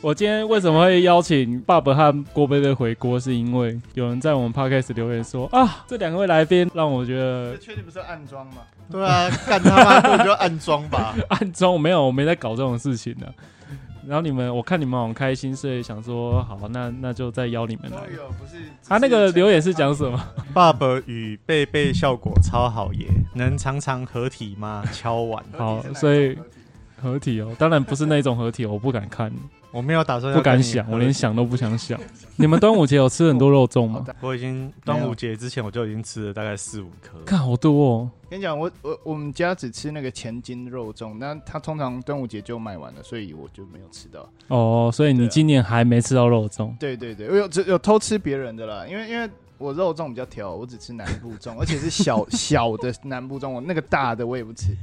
我今天为什么会邀请爸爸和郭贝贝回锅，是因为有人在我们 podcast 留言说啊，这两位来宾让我觉得这确定不是暗装吗？对啊，干他妈的就暗装 吧。暗中没有，我没在搞这种事情的、然后你们，我看你们很开心，所以想说好，那那就再邀你们来都。有哎不是？他那个留言是讲什么？爸爸与贝贝效果超好耶，能常常合体 吗？敲碗，好所以合体哦，当然不是那种合体哦，我不敢 看，我没有打算要不敢跟你想，合我连体想都不想想。你们端午节有吃很多肉粽 吗？我已经端午节之前我就已经吃了大概四五颗，看好多哦，跟你讲，我我我们家只吃那个前斤肉粽，那他通常端午节就卖完了，所以我就没有吃到。哦，所以对你啊今年还没吃到肉粽，对对对，我有只有偷吃别人的啦，因为因为我肉粽比较挑，我只吃南部粽， 而且是小小的南部粽，我那个大的我也不吃。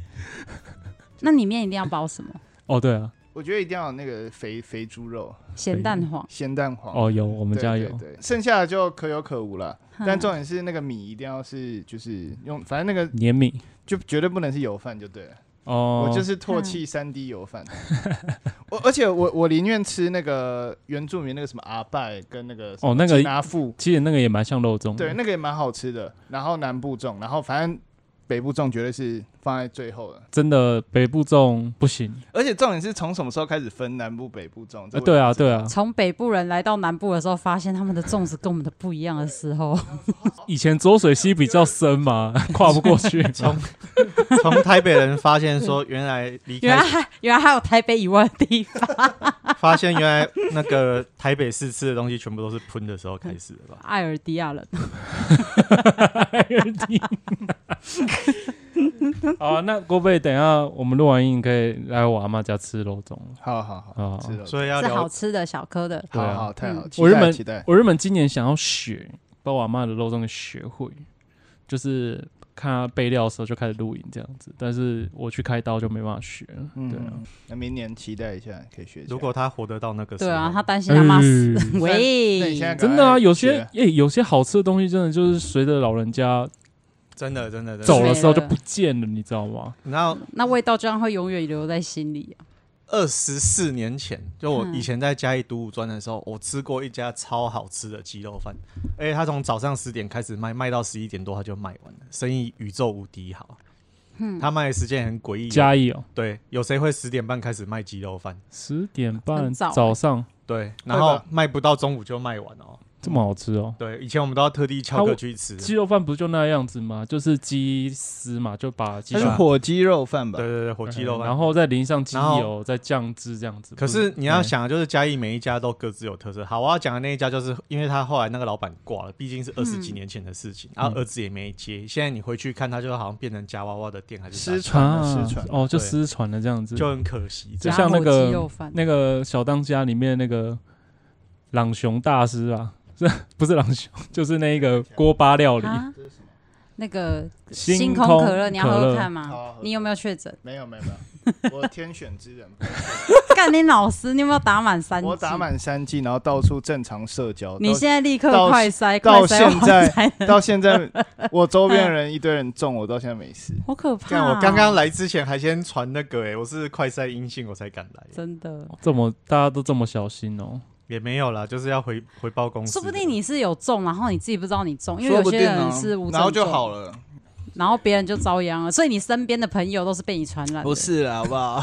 那里面一定要包什么？哦，对啊，我觉得一定要有那个肥肥猪肉、咸蛋黄。咸蛋黄。哦，有，我我们家有，对，对剩下的就可有可无了。但嗯重点是那个米一定要是就是用，反正那个黏米，就绝对不能是油饭就对了。哦，我就是唾弃三 D 油饭， 我而且我我宁愿吃那个原住民那个什么阿拜跟那个什么哦那个嗯吉拿富，其实那个也蛮像肉粽的，对，那个也蛮好吃的。然后南部粽，然后反正北部粽绝对是放在最后的。真的北部粽不行，而且重点是从什么时候开始分南部北部粽？啊，这我也不知对啊，道对啊，从北部人来到南部的时候，发现他们的粽子跟我们的不一样的时 候，以前浊水溪比较深嘛， 跨不过 去，从 从台北人发现说，原来离原来开，还原来还有台北以外的地方。 发现原来那个台北市吃的东西全部都是喷的时候开始的 吧？艾尔迪亚人，好啊，那郭贝，等一下我们录完音你可以来我阿妈家吃肉粽了好好好，啊。吃了，所以要是好聊吃的小颗的。对啊好好太好，嗯期我原待本期待。我原本今年想要学把我阿妈的肉粽给学会，就是看她备料的时候就开始录影这样子，但是我去开刀就没办法学了。嗯，对啊，那明年期待一下，可以学一下。如果他活得到那个时候，对啊，他担心他妈死。嗯那喂你现，在真的啊，赶快有些学诶、有些好吃的东西真的就是随着老人家真的真的真的走了之后就没了不见了，你知道吗？然后那味道这样会永远留在心里啊。二十四年前，就我嗯以前在嘉义读五专的时候，我吃过一家超好吃的鸡肉饭，而且他从早上十点开始卖，卖到十一点多他就卖完了，生意宇宙无敌好。他卖的时间很诡异，嘉义哦，对，有谁会十点半开始卖鸡肉饭？十点半很早欸早上对，然后吧卖不到中午就卖完哦。这么好吃哦。对，以前我们都要特地翘他课我去吃。鸡肉饭不就那样子吗？就是鸡丝嘛，就把鸡它是肉火鸡肉饭吧对对？对，火鸡肉嗯饭。然后再淋上鸡然后油，再酱汁这样子。可不是你嗯要想，就是嘉义每一家都各自有特色。好，我要讲的那一家，就是因为他后来那个老板挂了，毕竟是二十嗯几年前的事嗯情，然后儿子也没接。现在你回去看，他就好像变成夹娃娃的店还是失啥，传了，啊失传了。哦，就对失传了这样子，就很可惜。就这夹样像那火个鸡肉饭那个小当家里面那个朗雄大师啊，是不是朗雄？就是那个锅巴料理，啊，那个星星空空可乐，你要可喝喝乐看好吗啊？喝？你有没有确诊没有没有没 有，我天选之人，干你老师，你有没有打满三剂？我打。满三剂，然后到处正常社交。你现在立刻到快筛，到快筛完现在才到到现 在，我周边的人一堆人中，我到现在没事。好可怕看哦！我刚刚来之前还先传那个，哎，我是快筛阴性我才敢来，真的，哦这么大家都这么小心哦。也没有啦，就是要回回报公司的。说不定你是有中，然后你自己不知道你中，因为说有不些定呢人是无症然状，后就好，了。然后别人就遭殃了，所以你身边的朋友都是被你传染的，是啦，好不好？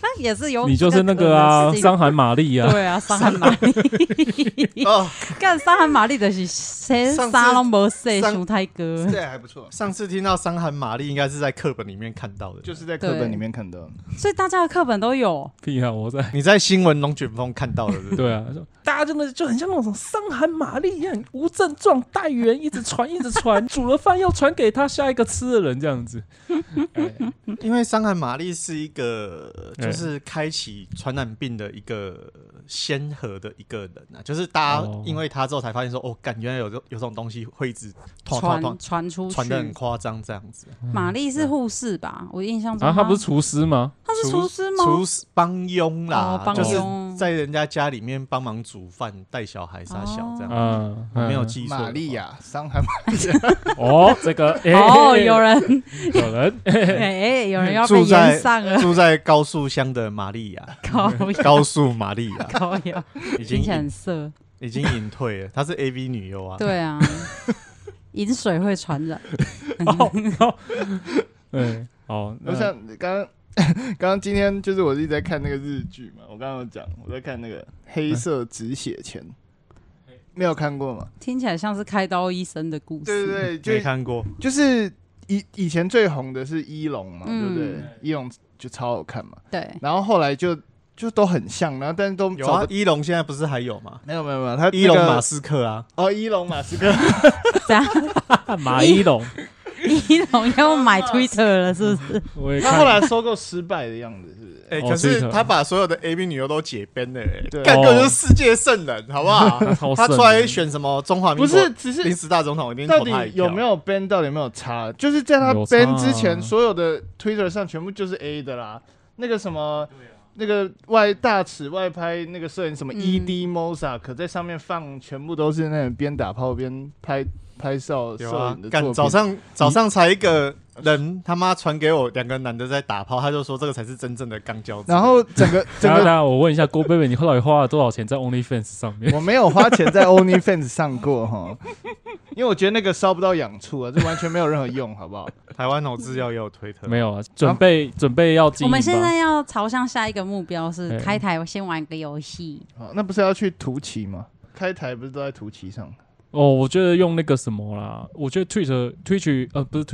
那 也是有你就是那个啊，伤寒玛丽啊， 对啊，伤寒玛丽，哦，干伤寒玛丽的是谁？上次沙龙博士上熊泰哥，这还不错，上次听到伤寒玛丽应该是在课本里面看到的，就是在课本里面看到。所以大家的课本都有。屁啊！我在你在新闻龙卷风看到的，对不对对啊，说大家真的就很像那种伤寒玛丽一样，无症状带源，一直传，一直传，煮了饭要传给他下一个吃的人这样子。哎因为伤寒玛丽是一个，嗯就是开启传染病的一个先河的一个人啊，就是大家哦因为他之后才发现说，哦，感觉有这有这种东西会一直传传传传传出传的很去，夸张这样子。玛丽是护士吧？我印象中啊然后他不是她厨师吗？她是厨师吗？厨师帮佣啦哦，帮就是佣在人家家里面帮忙煮饭、带小孩、杀小这样。嗯，我嗯啊没 有记错的话，玛利亚，伤害玛利亚，哦，这个哎哦，有人有人哎，有人要被住在淹上了， 住在高速乡的玛利亚，高高速玛利亚高有，已经听起来很隐色。已经隐退了，她是 AV 女优啊。对啊，饮水会传染。哦，对，哦， 我那想刚刚刚刚今天就是我一直在看那个日剧嘛，我刚刚有讲我在看那个《黑色止血钳》，没有看过吗？听起来像是开刀医生的故事。对对没对，就看过，就是以以前最红的是一龙嘛，对嗯不对？一龙就超好看嘛，对然后后来就就都很像，然后但是都有找啊不。，一龙现在不是还有吗？没有没有没有，他伊隆那个马斯克啊，哦，伊隆马斯克，这样马一龙，一龙要买 Twitter 了，是不 是？我也 他后看，来收购失败的样 子，是不是？哎、哦可是这个他把所有的 AV 女优都解编了、欸，对哦干哦个就是世界圣人，好不好？超他圣出来的选什么中华民不国是，只是临时大总统，一定到投他一底票有没？有 ban，到底有没有差？就是在他有差啊 ban 之前，所有的 Twitter 上全部就是 A 的啦。那个什么，啊那个外大尺外拍那个摄影什么嗯 ED Mosa，、可在上面放全部都是那种边打炮边拍拍照摄有啊影的，干作早品。上早上才一个人他妈传给我两个男的在打炮，他就说这个才是真正的钢胶之类的。 然后整个整等一下等一个下，我问一下郭贝贝，你后来花了多少钱在 OnlyFans 上面？我没有花钱在 OnlyFans 上过哈，因为我觉得那个烧不到痒处啊，这完全没有任何用，好不好？台湾投资要也有推特，没有啊，准备准备要进。我们现在要朝向下一个目标哎是开台，先玩个游戏。好那不是要去图奇吗？开台不是都在图奇上？哦，我觉得用那个什么啦，我觉得 Twitch Twitch 呃不是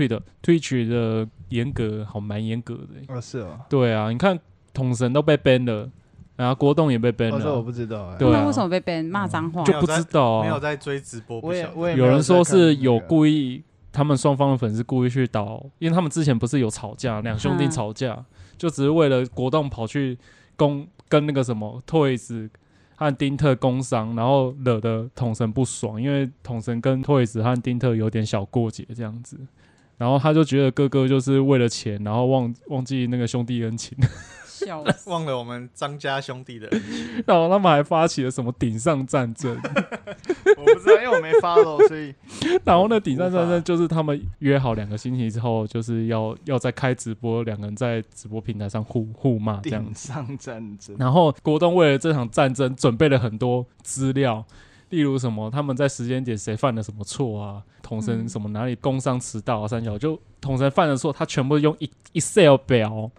Twitch，Twitch 的严格好蛮严格的欸。哦，是哦，对啊，你看统神都被 ban 了，然后郭栋也被 ban 哦，这我了，不知道哎。对啊那为什么被别人骂脏话？就不知道没有啊。在追直播，不我也晓得我也没有人说是有在看 那个故意，他们双方的粉丝故意去倒，因为他们之前不是有吵架，两兄弟嗯吵架，就只是为了国栋跑去攻跟那个什么 Toys 和丁特工伤，然后惹得统神不爽，因为统神跟 Toys 和丁特有点小过节这样子。然后他就觉得哥哥就是为了钱，然后忘忘记那个兄弟恩情， 笑死！忘了我们张家兄弟的，然后他们还发起了什么顶上战争， 我不知道，因为我没 follow，所以 然后那顶战战无争法就是他们约好两个星期之后，就是要要再开直播，两个人在直播平台上互互骂这样顶子。上战争。然后国栋为了这场战争准备了很多资料，例如什么他们在时间点谁犯了什么错啊，童生嗯什么哪里工伤迟到啊，三小就童生犯的错，他全部用一 Excel 表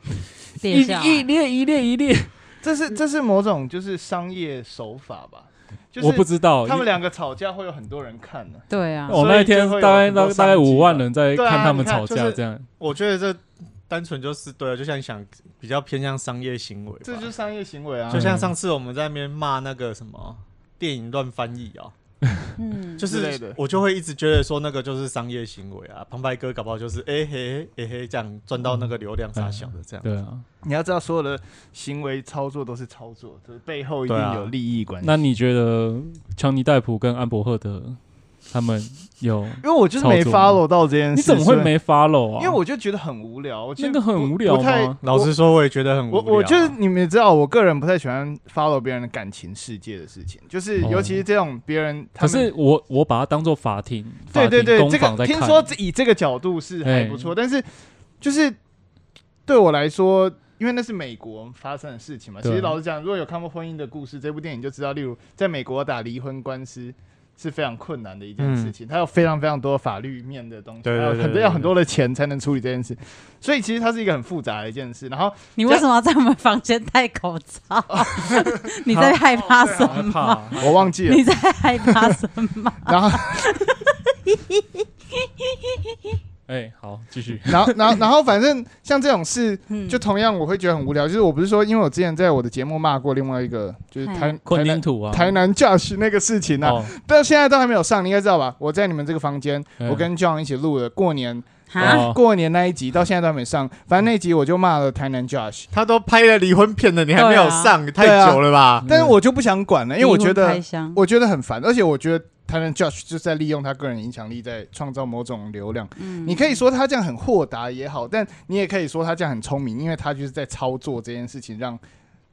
列一下来一列一列一列，这是这是某种就是商业手法吧？就我不是知道他们。两个吵架会有很多人看的，对啊，我、哦、那一天所以就会有大概很多大大概商机五万吧人在对啊看他们你看吵就架是这样，我觉得这单纯就是对啊，就像你想比较偏向商业行为吧，这就是商业行为啊就。像上次我们在那边骂那个什么电影乱翻译啊，嗯，就之类的是我就会一直觉得说那个就是商业行为啊，旁白哥搞不好就是哎、嘿嘿嘿嘿这样赚到那个流量啥小的这样，对啊。你要知道，所有的行为操作都是操作，就是背后一定对啊有利益关系。那你觉得强尼戴普跟安伯赫德他们有？因为我就是没操作 follow 到这件你事，怎么会所以？没 follow 啊？因为我就觉得很无聊，我觉得那个很不无聊不太吗老实说我也觉得很无我聊啊、我就是你们也知道，我个人不太喜欢 follow 别人的感情世界的事情，就是哦尤其是这种别人他可们。是我我把它当做法庭，对对对法，庭这公访个在听看 说这以这个角度是还不错，但是就是对我来说，因为那是美国发生的事情嘛。其对实老实讲，如果有看过《婚姻的故事》这部电影，就知道，例如在美国打离婚官司是非常困难的一件事情，它有非常非常多法律面的东西，对对还有对很对多对要很多的钱才能处理这件事，所以其实它是一个很复杂的一件事。然后你为什么要在我们房间戴口罩？你在害怕什哦害么？怕，我忘记了你，在害怕什么？然后哎，好，继续。然后然后然后反正像这种事。嗯就同样，我会觉得很无聊。就是我不是说，因为我之前在我的节目骂过另外一个，就是嗨台台混南凝土啊，台南 Josh 那个事情呢、啊哦到现在都还没有上，你应该知道吧？我在你们这个房间，嗯 我跟 John 一起录的过年、啊哈，哦过年那一集，到现在都还没上。反正那一集我就骂了台南 Josh，他都拍了离婚片了，你还没有上，太久了嗯吧？但是我就不想管了，因为我觉离婚开得箱我觉得很烦，而且我觉得台南 Josh 就是在利用他个人影响力在创造某种流量。嗯你可以说他这样很豁达也好，但你也可以说他这样很聪明，因为他就是在操作这件事情让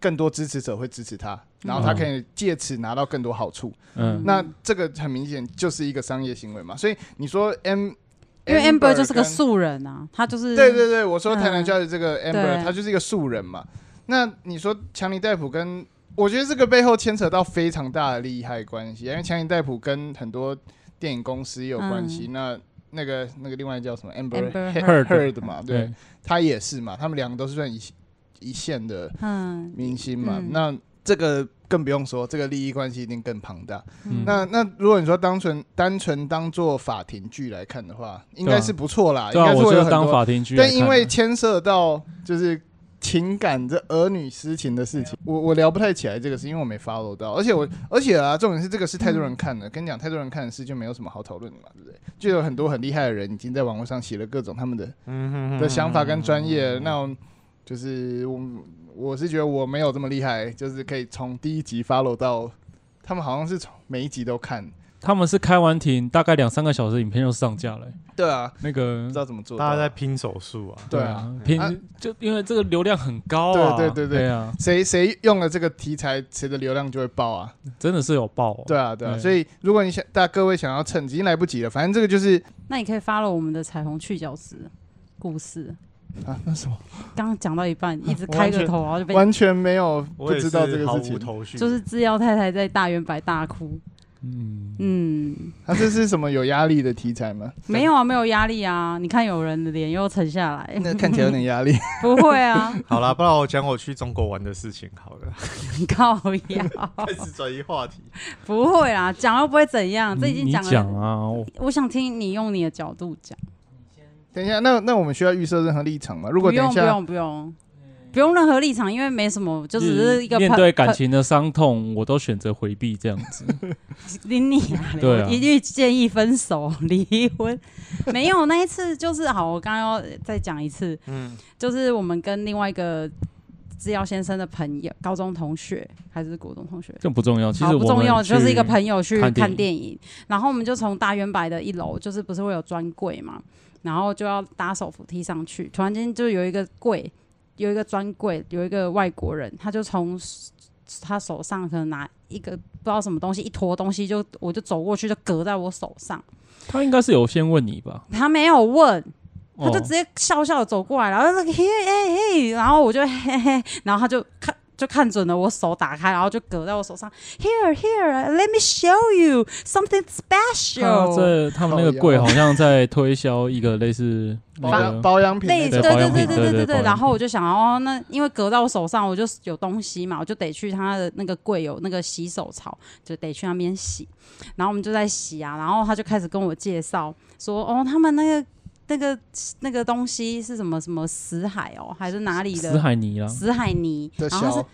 更多支持者会支持他，然后他可以借此拿到更多好处。嗯那这个很明显就是一个商业行为嘛。所以你说 M，因为 Amber 就是个跟素人啊，他就是对对对，我说台南嗯教育这个 Amber，、对他就是一个素人嘛。那你说强尼戴普跟我觉得这个背后牵扯到非常大的利害关系，因为强尼戴普跟很多电影公司也有关系。那那个那个另外叫什么 Amber 嗯 Amber Heard 嗯 Heard 嘛，对嗯对，他也是嘛，他们两个都是算一一线的嗯明星嘛。嗯那这个更不用说，这个利益关系一定更庞大。嗯那那如果你说单纯单纯当做法庭剧来看的话，应对啊该是不错啦，对应啊，该我会就有是很当多。法庭剧来看啊但的，因为牵涉到就是情感这儿女私情的事情，我我聊不太起来这个事，因为我没 follow 到，而且我而且啊，重点是这个是太多人看了，跟你讲太多人看的事就没有什么好讨论的嘛，对不对？就有很多很厉害的人已经在网络上写了各种他们的嗯的想法跟专业，那种就是我我是觉得我没有这么厉害，就是可以从第一集 follow 到他们好像是从每一集都看，他们是开完庭大概两三个小时，影片就上架了欸、对啊，那不个知道怎么做到，大家在拼手速啊，对啊，啊，平、啊就因为这个流量很高啊，对对对对啊，谁谁用了这个题材，谁的流量就会爆啊。真的是有爆、哦，对啊，对啊，对所以如果你想大家各位想要趁，已经来不及了。反正这个就是那你可以发了我们的彩虹去角质故事，啊，那什么刚刚讲到一半，一直开个头，然后就被 完全没有我不也知道这是个毫事无情。头绪，就是制药太太在大圆白大哭。嗯，嗯，啊，这是什么有压力的题材 吗？没有啊，没有压力啊。你看有人的脸又沉下来， 那看起来有点压力。不会啊，好啦，不然我讲我去中国玩的事情好 了，靠呀，开始转移话题。 不会啊，讲又不会怎样，你这已经你讲了。讲啊，我我想听你用你的角度讲， 等一下，那那我们需要预设任何立场吗？如不果等用一不下，用不用，不用任何立场，因为没什么，就只是一个面朋对感情的伤痛，我都选择回避这样子。林你啊，对啊我一律建议分手、离婚。没有那一次就是好，我刚刚要再讲一次，嗯，就是我们跟另外一个制药先生的朋友，高中同学还是国中同学。这不重要，其好实我不重们要，就是一个去朋友去看电看影电影，然后我们就从大圆白的一楼，就是不是会有专柜嘛，然后就要搭手扶梯上去，突然间就有一个柜，有一个专柜，有一个外国人，他就从他手上可能拿一个不知道什么东西，一坨东西就我就走过去就隔在我手上，他应该是有先问你吧？他没有问，他就哦直接笑笑地走过来，然后就嘿嘿嘿，然后我就 嘿嘿，然后他就看就看准了我手打开，然后就搁在我手上，here here let me show you something 他 special。这他们那个柜好像在推销一个类 似保那养个，保养品类对那对种保对养品对对对对对保养对，品然后我就想哦，那因为隔在我手上，我就有东西嘛，我就得去他的那个柜有那个洗手槽，就得去那边洗。然后我们就在洗啊，然后他就开始跟我介绍说，哦，他们那个那个那个东西是什么什么死海哦，还是哪里的死海泥 啦，死海泥，的然后是小，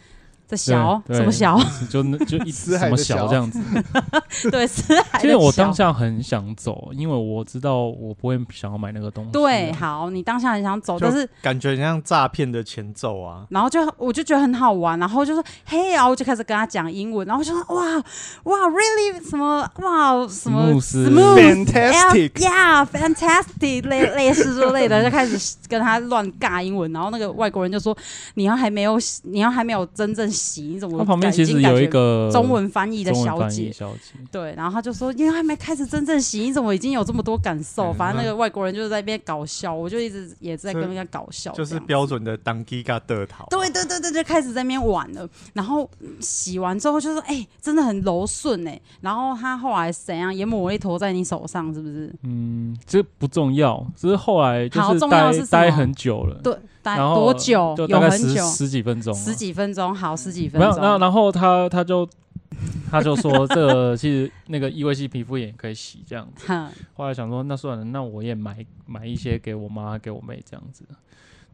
这小啊对什 么小？就那就一死海什么的小小这样子。对，死海的其实我小当下很想走，因为我知道我不会想要买那个东西。对，好，你当下很想走，就但是感觉很像诈骗的前奏啊。然后就我就觉得很好玩，然后就说嘿，然后我就开始跟他讲英文，然后我就说哇哇，really 什么哇什么 Smooth smooth Fantastic yeah fantastic 类类似之类的，就开始跟他乱尬英文，然后那个外国人就说你要还没有洗你要还没有真正洗，你怎么它旁边感其已实经感有一觉个中文翻译的中文小翻姐译，小姐，对，然后他就说，因为还没开始真正洗，你怎么已经有这么多感受？嗯反正那那个外国人就是在那边搞笑，我就一直也在跟人家搞笑，就是这样标准的当机嘎的逃。啊对对对对，就开始在那边玩了。然后嗯洗完之后就说，哎、真的很柔顺哎、然后他后来是怎样，也抹了一坨在你手上，是不是？嗯，这不重要，只是后来就好是重要待是什么待很久了，对，待然后多久？就有大概很十久，十几分钟啊，十几分钟，好，十几分没有，然后钟。然后他他就 他就说这个其实那个异位性皮肤炎可以洗这样子。哼，后来想说那算了，那我也买买一些给我妈给我妹这样子。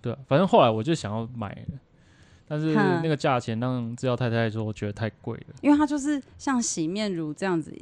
对啊，反正后来我就想要买了，但是哼那个价钱让制药太太说我觉得太贵了。因为它就是像洗面乳这样子，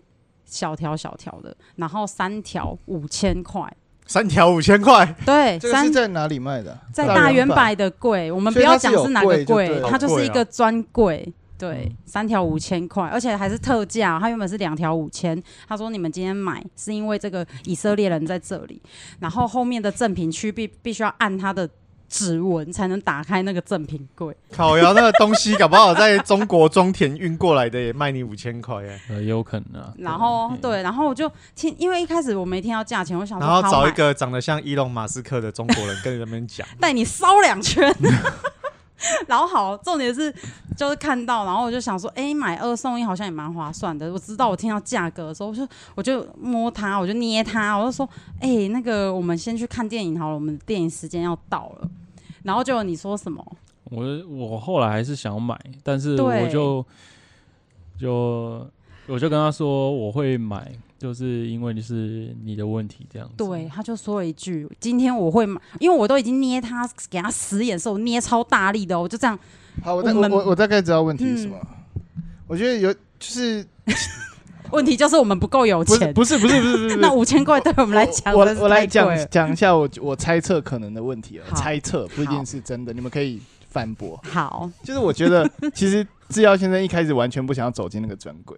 小条小条的，然后三条五千块，三条五千块，对，这个三是在哪里卖的？在大圆圆百的柜，我们不要讲是哪所以它个是柜有柜就对，了它就是一个专柜。对嗯，三条五千块，而且还是特价。它原本是两条五千，他说你们今天买是因为这个以色列人在这里，然后后面的正品区必必须要按他的指纹才能打开那个赠品柜。烤窑那个东西，搞不好在中国中田运过来的也卖你五千块哎，呃，也有可能啊。然后对，然后我就听，因为一开始我没听到价钱，我想说然后好找一买个长得像伊隆马斯克的中国人跟你那边讲，带你烧两圈。 然后好，重点是就是看到，然后我就想说，哎，买二送一好像也蛮划算的。我知道我听到价格的时候，我就我就摸它，我就捏它，我就说，哎，那个我们先去看电影好了，我们电影时间要到了。然后就你说什么？我我后来还是想买，但是对我就就我就跟他说我会买，就是因为你是你的问题这样子。对，他就说了一句：“今天我会买，因为我都已经捏它，给它使眼色，我捏超大力的哦、我就这样。好，我大我我们嗯我我大概知道问题是什么。我觉得有就是问题就是我们不够有不是钱，不是不是不是不是 那五千块对我们来讲我真是我来太讲贵了讲一下我我猜测可能的问题了，好猜测不一定好是真的，你们可以反驳。好，就是我觉得其实制药先生一开始完全不想要走进那个专 柜，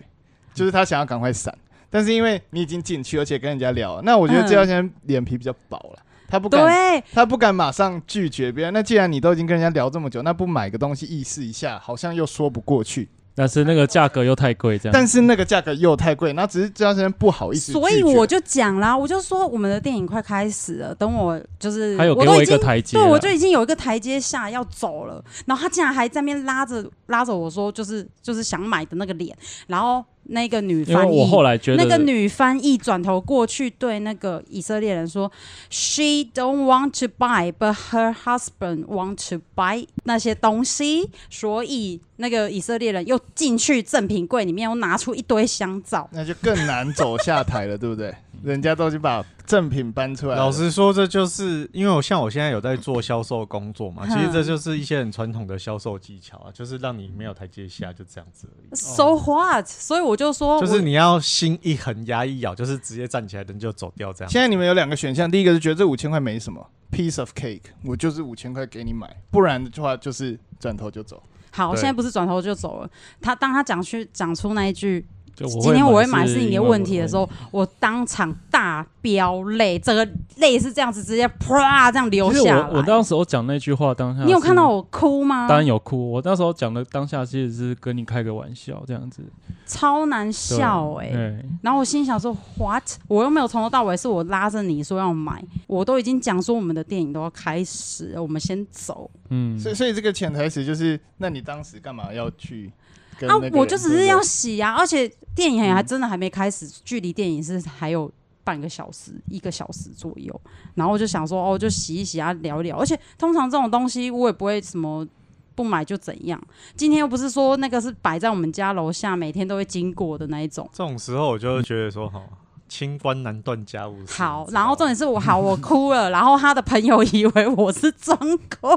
就是他想要赶快闪，但是因为你已经进去，而且跟人家聊了，那我觉得制药先生脸皮比较薄了，他不敢嗯对，他不敢马上拒绝别人。那既然你都已经跟人家聊这么久，那不买个东西意识一下，好像又说不过去。但是那个价格又太贵，这样。但是那个价格又太贵，那只是制药先生不好意思拒绝，嗯所以我就讲啦，我就说我们的电影快开始了，等我就是还有我给都一已经个台阶啦，啊对我就已经有一个台阶下要走了，然后他竟然还在那边拉着拉着我说就是就是想买的那个脸，然后那个女因为翻译我后来觉得那个女翻译转头过去对那个以色列人说：“She don't want to buy, but her husband want to buy 那些东西。”所以那个以色列人又进去赠品柜里面，又拿出一堆香皂。那就更难走下台了， 对不对？人家都已经把正品搬出来了，老实说，这就是因为我像我现在有在做销售工作嘛，嗯其实这就是一些很传统的销售技巧啊，就是让你没有台阶下，就这样子哦而已。 So what？所哦以我就说，就是你要心一横，牙一咬，就是直接站起来，人就走掉这样。现在你们有两个选项，第一个是觉得这五千块没什么，piece of cake，我就是五千块给你买，不然的话就是转头就走。我好，对现在不是转头就走了。他当他讲去讲出那一句就“今天我会买是是你的因为我问题”的时候，我当场大飙泪，整个泪是这样子直接啪这样流其实下我我来。当时我讲那句话当下，你有看到？我哭吗？当然有哭。我那时候讲的当下其实是跟你开个玩笑这样子。超难笑哎、对嗯然后我心想说，what？我又没有从头到尾是我拉着你说要买，我都已经讲说我们的电影都要开始了，我们先走。嗯，所以所以这个潜台词就是，那你当时干嘛要去跟啊那个人？，嗯我就只是要对洗啊，而且电影还真的还没开始，距离电影是还有半个小时、一个小时左右。然后我就想说，哦，就洗一洗啊，聊一聊。而且通常这种东西我也不会什么。不买就怎样？今天又不是说那个是摆在我们家楼下，每天都会经过的那一种。这种时候，我就会觉得说，哈，清官难断家务事。好你，知道吗然后重点是我好，我哭了，然后他的朋友以为我是装哭，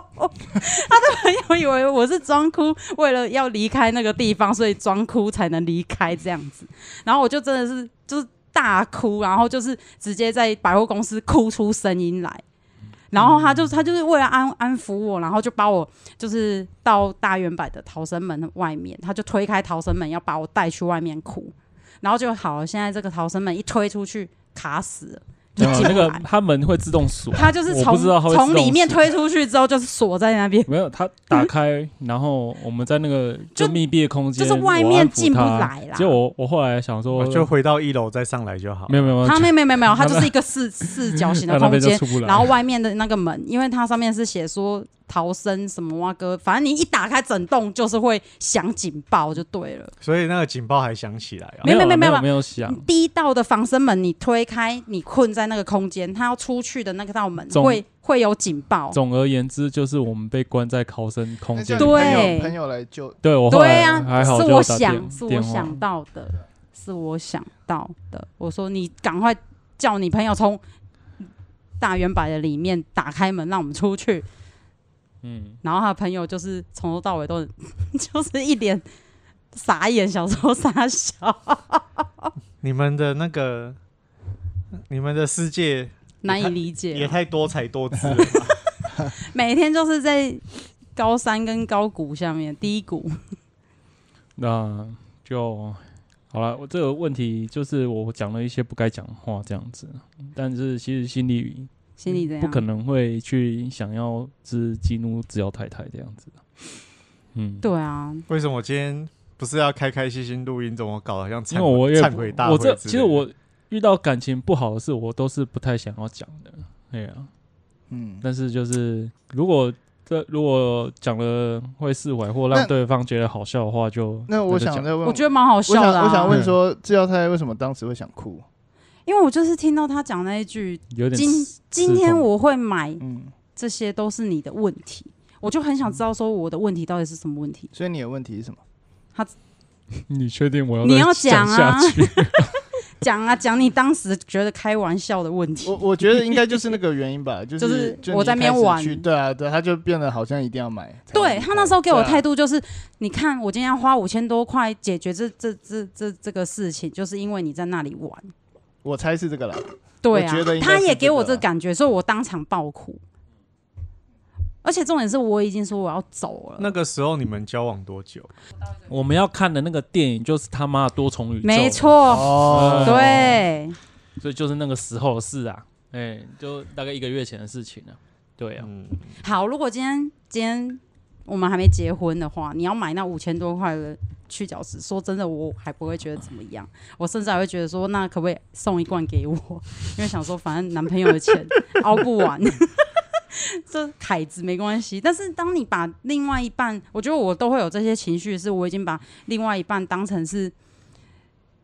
他的朋友以为我是装哭，为了要离开那个地方，所以装哭才能离开这样子。然后我就真的是就是大哭，然后就是直接在百货公司哭出声音来。然嗯后他就他就是为了安安抚我，然后就把我就是到大圆柏的逃生门外面，他就推开逃生门要把我带去外面哭，然后就好了。现在这个逃生门一推出去，卡死了，就没有进啊那不个来。他们会自动锁，他就是我从不知道它会自动从里面锁推出去之后，就是锁在那边，没有，它打开，然后我们在那个 就就密闭的空间，就是我外安面抚进不它。来啦。结果我我后来想说，啊我就回到一楼再上来就好。没有没有，他就没没没没有，它就是一个四四角形的那 那空边就间出不，来然后外面的那个门，因为它上面是写说逃生什么哇哥，反正你一打开整栋就是会响警报就对了。所以那个警报还响起来啊没。有有没没有没有嗯没有想第一道的防生门你推开，你困在那个空间，它要出去的那个道门总会会有警报。总而言之，就是我们被关在逃生空那间。叫你朋对友朋友来救，对，我后对来呀、还好是就我打电想是我电话想到的，是我想到的。我说你赶快叫你朋友从大圆柏的里面打开门，让我们出去。嗯，然后他的朋友就是从头到尾都 很就是一脸傻眼，想说傻笑，你们的那个，你们的世界难以理解也啊。太多才多姿了啊吧。每天就是在高山跟高谷下面低谷，那就好了。我这个问题就是我讲了一些不该讲的话，这样子，但是其实心里心里怎嗯样？不可能会去想要吃激怒只要太太这样子。嗯，对啊，为什么我今天不是要开开心心录音，怎么搞得好像因忏为我悔也忏悔大会我这其之实类的我遇到感情不好的事，我都是不太想要讲的。对啊，嗯，但是就是如果这如果讲了会释怀或让那对方觉得好笑的话就，那我就想讲再问，我觉得蛮好我笑想的、啊我想问说，制药太太为什么当时会想哭？因为我就是听到他讲那一句有“点今刺今天我会买，嗯，这些都是你的问题”，我就很想知道说我的问题到底是什么问题。所以你的问题是什么？痛你确定我要你再要讲啊下 去？讲啊讲，你当时觉得开玩笑的问题我，我觉得应该就是那个原因 吧，就是就是你我在那边开始玩去对啊，对，他就变得好像一定要买。啊对他那时候给我态度，度就是，你看我今天要花五千多块解决这这这这这个事情，就是因为你在那里玩。我猜是这个啦。对我觉得啊，应该他是也这给我个这啊个感觉，所以我当场爆哭。而且重点是我已经说我要走了，那个时候你们交往多久？我们要看的那个电影就是他妈的多重宇宙，没，错，哦对，所以就是那个时候的事啊，哎、就大概一个月前的事情啊。对啊，嗯，好，如果今天今天我们还没结婚的话，你要买那五千多块的去角质，说真的，我还不会觉得怎么样，我甚至还会觉得说，那可不可以送一罐给我？ 因为想说，反正男朋友的钱熬不完。 这凯子没关系，但是当你把另外一半，我觉得我都会有这些情绪，是我已经把另外一半当成是，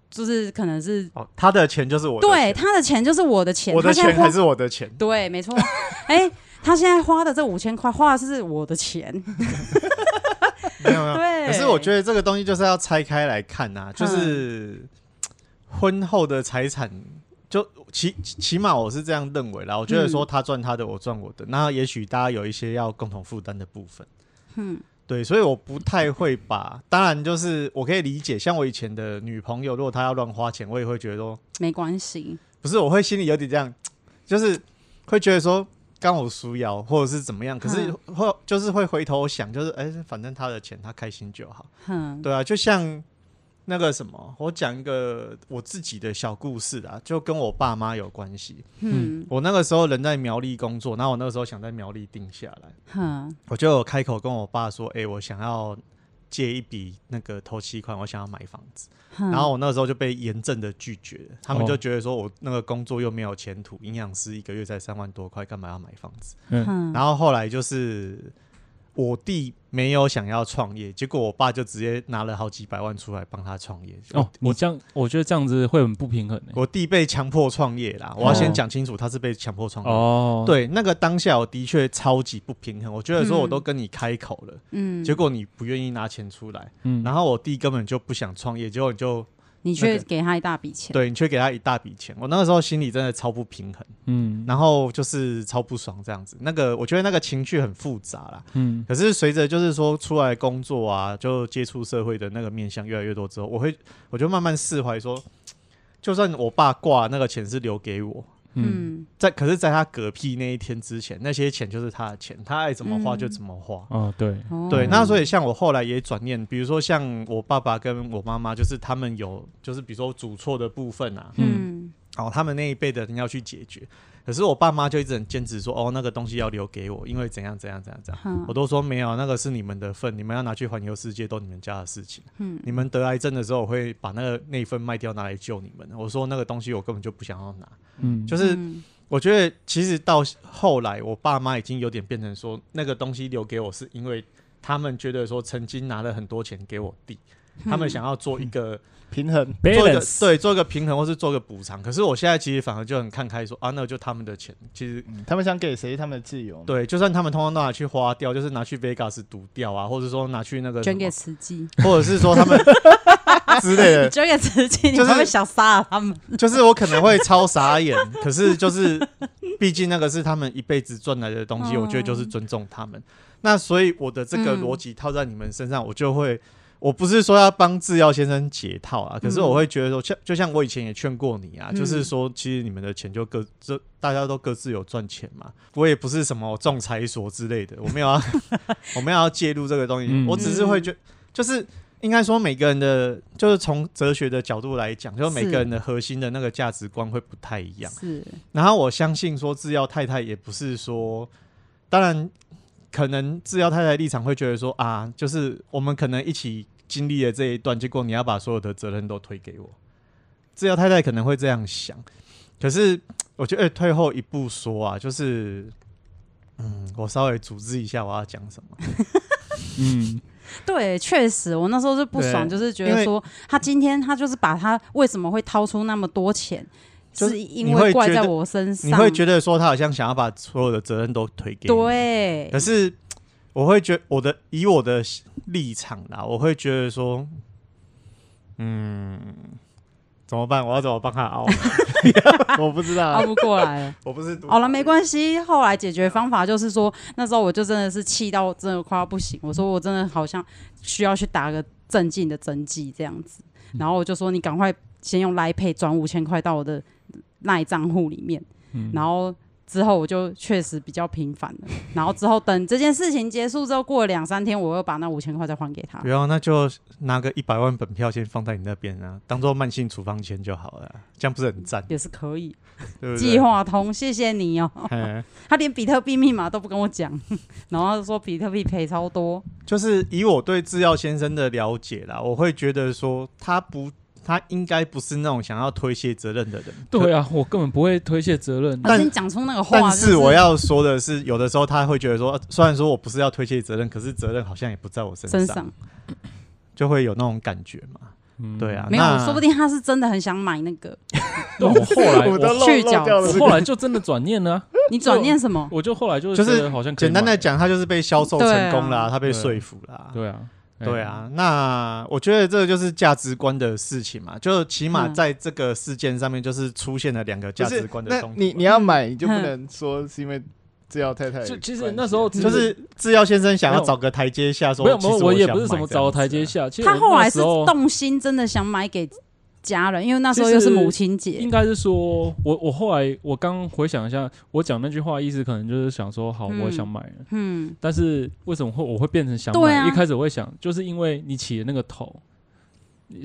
就是可能是哦，他的钱就是我的钱，对他的钱就是我的钱，我的他现在钱花还是我 的钱，对，没错。 哎、他现在花的这五千块，花的是我的钱。没有没有。对，嗯可是我觉得这个东西就是要拆开来看呐、就是婚后的财产，就起起码我是这样认为啦。我觉得说他赚他的，我赚我的，那也许大家有一些要共同负担的部分。嗯，对，所以我不太会把，当然就是我可以理解，像我以前的女朋友，如果她要乱花钱，我也会觉得说，没关系。不是，我会心里有点这样，就是会觉得说，刚我输瑶或者是怎么样，可是会就是会回头想，就是哎、反正他的钱他开心就好。哼，对啊，就像那个什么，我讲一个我自己的小故事啊，就跟我爸妈有关系。嗯，我那个时候人在苗栗工作，然后我那个时候想在苗栗定下来，哼，我就有开口跟我爸说：“哎、我想要借一笔那个头期款，我想要买房子。哼然后我那个时候就被严正的拒绝了，他们哦就觉得说我那个工作又没有前途，营养师一个月才三万多块，干嘛要买房子？哼，然后后来就是我弟没有想要创业，结果我爸就直接拿了好几百万出来帮他创业。哦，我我这样我觉得这样子会很不平衡、欸。我弟被强迫创业啦，我要哦先讲清楚，他是被强迫创业。哦，，对，那个当下我的确超级不平衡，我觉得说我嗯都跟你开口了，嗯，结果你不愿意拿钱出来，嗯，然后我弟根本就不想创业，结果你就你那却个给他一大笔钱。对你却给他一大笔钱，我那个时候心里真的超不平衡，嗯，然后就是超不爽这样子，那个我觉得那个情绪很复杂啦，嗯，可是随着就是说出来工作啊，就接触社会的那个面向越来越多之后，我会我就慢慢释怀说，就算我爸挂那个钱是留给我，嗯，嗯，在可是在他嗝屁那一天之前，那些钱就是他的钱，他爱怎么花嗯就怎么花。哦，对，哦对，那所以像我后来也转念，比如说像我爸爸跟我妈妈，就是他们有就是比如说主错的部分啊，嗯，哦，他们那一辈的人要去解决。可是我爸妈就一直很坚持说，哦，那个东西要留给我，因为怎样怎样怎样怎样。哼我，都说没有，啊那个是你们的份，你们要拿去环游世界都你们家的事情。嗯你们得癌症的时候，我会把那个那一份卖掉拿来救你们。我说那个东西我根本就不想要拿，嗯，就是嗯我觉得其实到后来，我爸妈已经有点变成说，那个东西留给我是因为他们觉得说曾经拿了很多钱给我弟，他们想要做一个平衡，做一个 balance，对做一个平衡或是做个补偿。可是我现在其实反而就很看开说啊，那就他们的钱，其实嗯他们想给谁他们的自由嘛？对，就算他们通通都拿去花掉，就是拿去 Vegas 赌掉啊，或者说拿去那个什捐么给慈济，或者是说他们之类的， 捐给慈济，你就会是不会想杀了他们？就是我可能会超傻眼，可是就是毕竟那个是他们一辈子赚来的东西，嗯我觉得就是尊重他们。那所以我的这个逻辑套在你们身上，我就会。我不是说要帮制药先生解套啊，可是我会觉得说，像就像我以前也劝过你啊，嗯就是说，其实你们的钱就各这大家都各自有赚钱嘛，我也不是什么仲 裁所之类的，我没有要我没有要介入这个东西，嗯我只是会觉就是应该说每个人的，就是从哲学的角度来讲，就是每是个人的核心的那个价值观会不太一样。是然后我相信说制药太太也不是说，当然可能制药太太立场会觉得说啊，就是我们可能一起经历了这一段，结果你要把所有的责任都推给我。制药太太可能会这样想，可是我觉得欸退后一步说啊，就是嗯，我稍微组织一下我要讲什么。嗯，对，确实，我那时候就不爽，对就是觉因得为说他今天他就是把他为什么会掏出那么多钱，就是因你为会怪觉在得我身上，你会觉得说他好像想要把所有的责任都推给你，对可，是我会觉我的以我的立场啦，我会觉得说，嗯，怎么办？我要怎么帮他 熬？我不知道熬啊，不过来了。我不是读好了，没关系。后来解决方法就是说，那时候我就真的是气到真的快要不行。我说我真的好像需要去打个镇静的针剂这样子。然后我就说你赶快先用 Line Pay 转五千块到我的赖账户里面。然后之后我就确实比较频繁了。然后之后等这件事情结束之后，过了两三天，我又把那五千块再还给他不。用，那就拿个一百万本票先放在你那边啊，当做慢性处方签就好了，这样不是很赞？也是可以，对不计对？划通，谢谢你哦。嘿他连比特币密码都不跟我讲， 然后他说比特币赔超多，就是以我对制药先生的了解啦，我会觉得说他不，他应该不是那种想要推卸责任的人。对啊，我根本不会推卸责任。啊可但是你啊讲出那个话，但就是我要说的是，有的时候他会觉得说，呃虽然说我不是要推卸责任，可是责任好像也不在我身上，身上就会有那种感觉嘛。嗯对啊，没有那，说不定他是真的很想买那个。对啊我 后来我 都我漏去漏角掉了我这后个。来就真的转念了啊，你转念什么？我就后来就就是觉得好像可以简单买的，讲，他就是被销售成功啦，对啊他被对啊说服啦。对啊，哎对，啊，那我觉得这就是价值观的事情嘛，就起码嗯在这个事件上面，就是出现了两个就价是值观的那冲突。你你要买，你就不能说是因为制药太 太。就其实那时候就只是制药先生想没要有找个台阶下，说没有其没实有，我也不是什想买么这样找子啊台阶下，其实他我后那来时是候动心，真的想买给家人，因为那时候又是母亲节应。该是说，我我后来我刚回想一下，我讲那句话意思可能就是想说，好，嗯我想买了，嗯，但是为什么会我会变成想对买？啊一开始我会想，就是因为你起的那个头，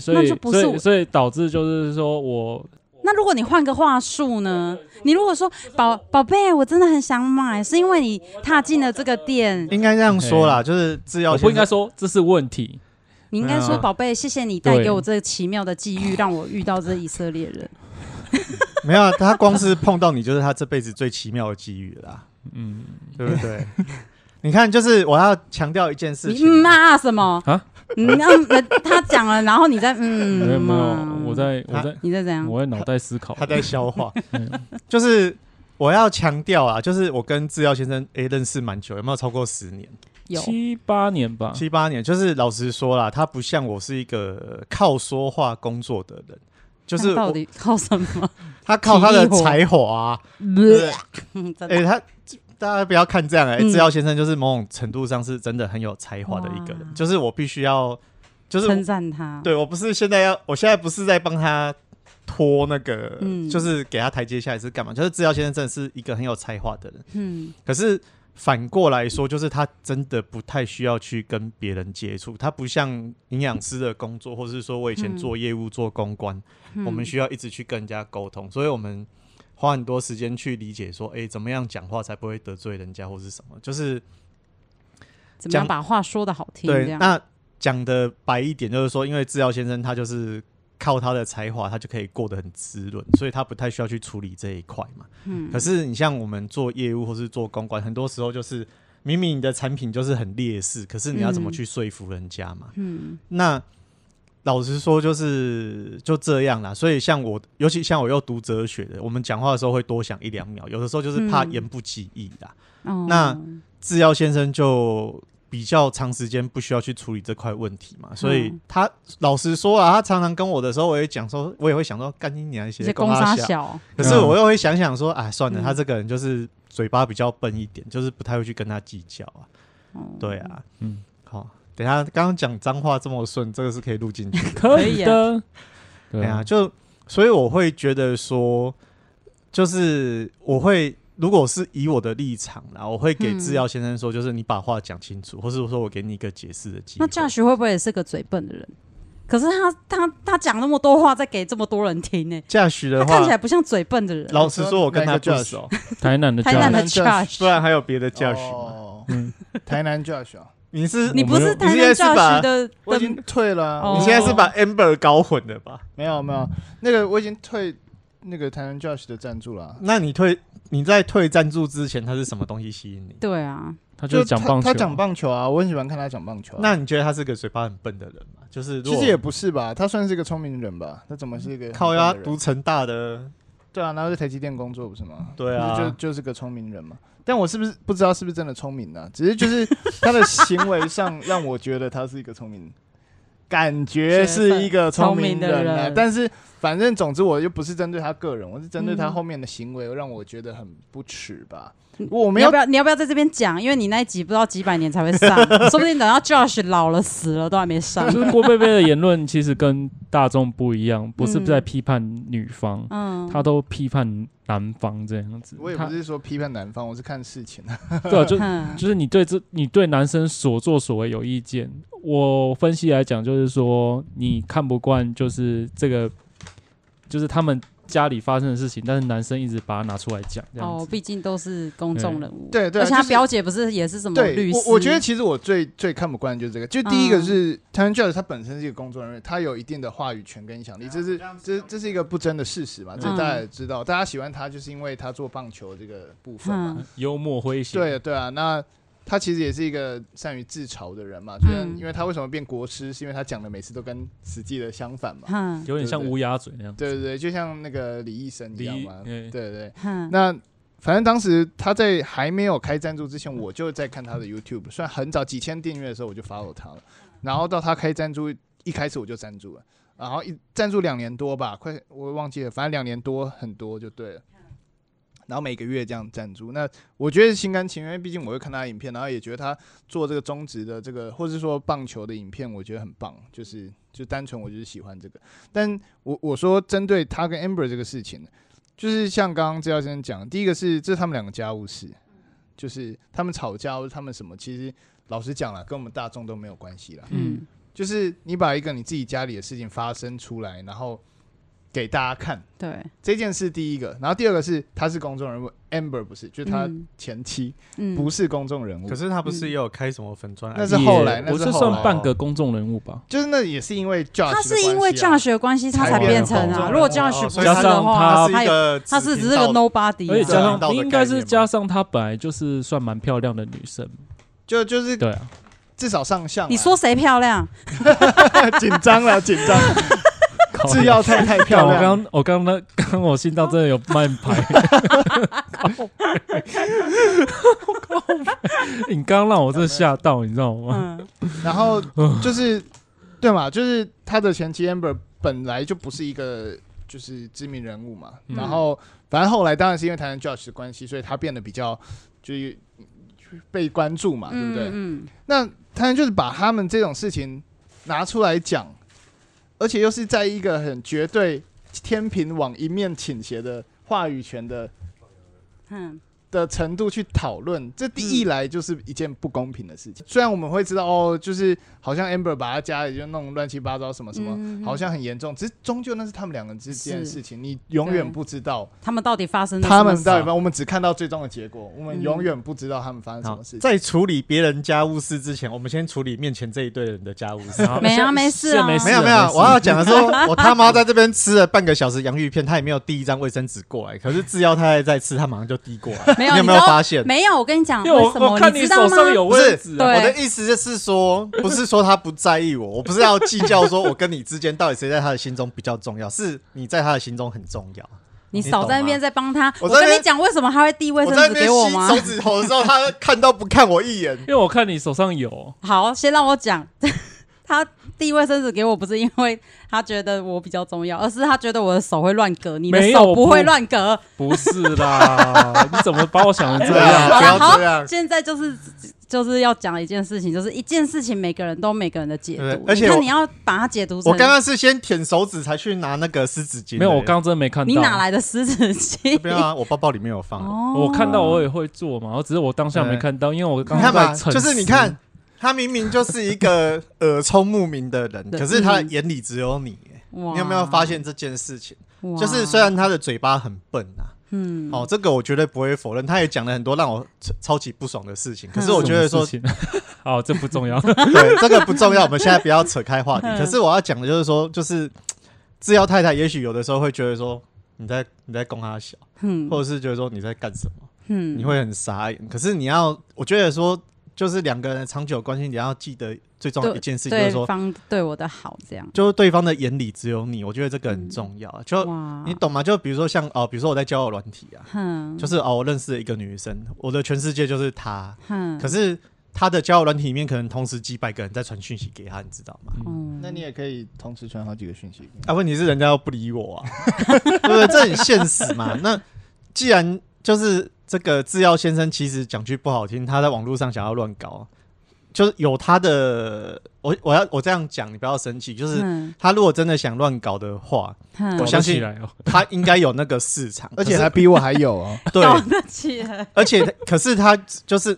所那以就不所是以我所以导致就是说我那如果你换个话术呢？你如果说宝宝贝，我真的很想买，是因为你踏进了这个店，应该这样说啦，就是制药我先不应该生说这是问题，你应该对说啊宝贝，谢谢你带对给我这奇妙的际嗯遇，让我遇到这以色列人。没有啊，他光是碰到你就是他这辈子最奇妙的机遇了啦。嗯，对不对？你看，就是我要强调一件事你情，嗯啊什么啊？嗯嗯那 他讲了，然后你再嗯，没有没啊有，我在我在你在怎样？我在脑袋思考他，在消化嗯，就是我要强调啊，就是我跟制药先生诶认识蛮久，有没有超过十年、有七八年吧，七八年？就是老实说啦，他不像我是一个靠说话工作的人，就是那到我底靠 什么？他靠他的体力活才华、 啊，嗯，真诶，的他大家不要看这样、欸，嗯制药先生就是某种程度上是真的很有才华的一个哇人，就是我必须要，就是嗯称赞他。对我不是现在要，我现在不是在帮他拖那个，嗯就是给他台阶下，还是干嘛？就是制药先生真的是一个很有才华的人，嗯，可是反过来说，就是他真的不太需要去跟别人接触，他不像营养师的工作，或是说我以前嗯做业务、做公关，嗯我们需要一直去跟人家沟通，所以我们花很多时间去理解说，诶，怎么样讲话才不会得罪人家，或是什么，就是怎么样讲把话说的好听？这对，样那讲的白一点，就是说，因为制药先生他就是靠他的才华，他就可以过得很滋润，所以他不太需要去处理这一块嘛。嗯可是你像我们做业务或是做公关，很多时候就是明明你的产品就是很劣势，可是你要怎么嗯去说服人家嘛？嗯那老实说，就是就这样啦。所以像我，尤其像我又读哲学的，我们讲话的时候会多想一两秒，有的时候就是怕嗯言不及义啦。哦那制药先生就比较长时间不需要去处理这块问题嘛，所以嗯他老实说啊，他常常跟我的时候，我也讲说，我也会想说干你娘一这些公他差小，小，可是我又会想想说，哎，算了，嗯他这个人就是嘴巴比较笨一点，就是不太会去跟他计较啊，哦对，啊，嗯嗯，好。等一下，刚刚讲脏话这么顺，这个是可以录进去的。可可以以啊哎的，对啊对啊，，就所以我会觉得说，就是我会如果是以我的立场啦，我会给嗯制药先生说，就是你把话讲清楚，或是我说我给你一个解释的机那会。 Josh 会不会也是个嘴笨的人？可是他他他讲那么多话，再给这么多人听呢、驾驶他的看起话，来不像嘴笨的人。老实说，我跟哪个他不 Josh？熟，台南的台南的 Josh Josh，不然还有别的驾驶吗？哦嗯，台南 Josh 啊，你是你不是你台现在南是把 Josh 的我已的经退了啊。哦你现在是把 Amber 搞混了吧？没有没有，那个我已经退那个台南 Josh 的赞助了啊。那你退你在退赞助之前，他是什么东西吸引你？对啊，他就是讲棒球他啊，他讲棒球啊，我很喜欢看他讲棒球啊。那你觉得他是个嘴巴很笨的人吗？就是如其果实也不是吧，他算是个聪明人吧？他怎么是一个很靠笨的呀，人读成大的，对啊，然后在台积电工作不是吗？对啊就就就是个聪明人嘛。但我是不是不知道是不是真的聪明呢、只是就是他的行为 上让我觉得他是一个聪明，感觉是一个聪明聪明人的啊。人但是反正总之，我又不是针对他个人，我是针对他嗯后面的行为让我觉得很不耻吧。嗯我没你要有不要你要不要在这边讲？因为你那一集不知道几百年才会上， 说不定等到 Josh 老了死了都还 没上。 就是郭贝贝的言论其实跟大众不一样，不是在批判女方，嗯，他都批判男方这样子。我也不是说批判男方，我是看事情啊。 他对啊，就嗯就是你对这你对男生所作所为有意见。我分析来讲，就是说你看不惯，就是这个，就是他们家里发生的事情，但是男生一直把它拿出来讲，这样哦，子。毕竟都是公众人物，对对啊而且他就是表姐不是也是什么对律师？我我觉得其实我最最看不惯的就是这个，就第一个嗯是 t a n j o 他本身是一个工作人员，他有一定的话语权跟影响力，啊这是这这是一个不争的事实嘛，这嗯大家也知道，大家喜欢他就是因为他做棒球这个部分嘛，嗯幽默诙谐，对对啊，那。他其实也是一个善于自嘲的人嘛，就是嗯因为他为什么变国师，是因为他讲的每次都跟实际的相 反嘛。哼有点像对对乌鸦嘴那样。对对对，就像那个李医生一样离嘛。嗯对对，哼，那反正当时他在还没有开赞助之前，我就在看他的 YouTube，虽然很早几千订阅的时候我就 follow 他了，然后到他开赞助一开始我就赞助了，然后一赞助两年多吧，快我忘记了，反正两年多很多就对了。然后每个月这样赞助，那我觉得心甘情愿，因为毕竟我会看他的影片，然后也觉得他做这个中职的这个，或是说棒球的影片，我觉得很棒，就是就单纯我就是喜欢这个。但我我说针对他跟 Amber 这个事情，就是像刚刚资料先生讲的，第一个是这是他们两个家务事，就是他们吵架或者他们什么，其实老实讲了，跟我们大众都没有关系啦。嗯嗯就是你把一个你自己家里的事情发生出来，然后给大家看对，这件事，第一个，然后第二个是他是公众人物，Amber 不是，就是他嗯前妻、嗯不是公众人物可，是他不是也有开什么粉砖？那是后来也那是我就后算来半个公众人物吧，就是那也是因为 Josh，的他是因为关系啊 Josh 的关系，他才才变变成红啊。的如果哦 Josh 不所是以加的上话，是他一也个他是只只是个听到 nobody，而且加啊上道德应该是概念嘛加上她本来就是算蛮漂亮的女生，就就是对啊，至少上相啊，啊你说谁 漂亮？ 紧张了，紧 张，制药太太干漂我亮，刚我刚那刚刚我心脏真的有慢拍，靠北你刚刚让我真的吓到，你知道吗？嗯，然后就是，对嘛，就是他的前妻 Amber 本来就不是一个就是知名人物嘛，嗯然后反正后来当然是因为台湾 Josh 的关系，所以他变得比较就是被关注嘛，啊对不对？嗯那他就是把他们这种事情拿出来讲，而且又是在一个很绝对天平往一面倾斜的话语权的嗯的程度去讨论，这第一来就是一件不公平的事情。虽然我们会知道哦，就是好像 Amber 把他家里就弄乱七八糟什么什么，嗯好像很严重，只是终究那是他们两个之间的是事情，你永远对不知道他们到底发生了他们什么事到底发，我们只看到最终的结果，我嗯们永远不知道他们发生什好么事情。在处理别人家务事之前，我们先处理面前这一对人的家务 事。没啊，没事啊，没事没有没有没，事我要讲的是， 我他妈在这边吃了半个小时洋芋片，他也没有递一张卫生纸过来。可是制药太太在吃，他马上就递过来。 没有你有你没有知道发现？没有，我跟你讲，因为我为什么我看你你知道手吗？上有不是位，置啊，对我的意思就是说，不是说他不在意我，我不是要计较说我跟你之间到底谁在他的心中比较重要，是你在他的心中很重要。你少在那边在帮他。我我在那边跟你讲，为什么他会递卫我生在那纸边给我吗吸手？指头的时候，他看都不看我一眼。因为我看你手上有，好，先让我讲。 他递卫生纸给我，不是因为他觉得我比较重要，而是他觉得我的手会乱隔，你的没有手不不会乱隔。 不是啦，你怎么把我想成这对啊样？好不要了，好这样现在就是就是要讲的一件事情，就是一件事情，每个人都有每个人的解对读。而且你我看你要把它解读成，我刚刚是先舔手指才去拿那个湿纸巾的，没有，我刚真的没看到。你哪来的湿纸巾？不要啊，我包包里面有放。哦，我看到我也会做嘛，我只是我当下没看到，因为我你刚看刚嘛，在沉就是你思看，他明明就是一个耳聪目明的人，对可是他的眼里只有你。哎哇你有没有发？现这件事情？哇就是虽然他的嘴巴很笨啊，嗯，哦，这个我绝对不会否认，他也讲了很多让我超超级不爽的事嗯情。可是我觉得说，什么事情， 好，这不 重要。 对这个不重要，我们现在不要扯开话题嗯。可是我要讲的就是说，就是制药太太也许有的时候会觉得说，你在你在供他小，嗯或者是觉得说你在干什么，嗯，你会很傻眼。可是你要，我觉得说，就是两个人的长久关系，你要记得最重要的一件事情就是对说，方对我的好这样。就是对方的眼里只有你，我觉得这个很重要啊。就哇，你懂吗？就比如说像哦，比如说我在交友软体啊，哼，就是哦，我认识了一个女生，我的全世界就是她，哼，可是她的交友软体里面可能同时几百个人在传讯息给她，你知道吗？嗯那你也可以同时传好几个讯息。啊，问题是人家又不理我 啊，对不对？这很现实嘛。那既然就是这个制药先生，其实讲句不好听，他在网络上想要乱搞，就是有他的，我我要我这样讲，你不要生气，就是。哼他如果真的想乱搞的话，哼 搞我得相信起来哦，他应该有那个市场， 而且可还比我还有哦， 是对，搞得起来，而且他，可是他就是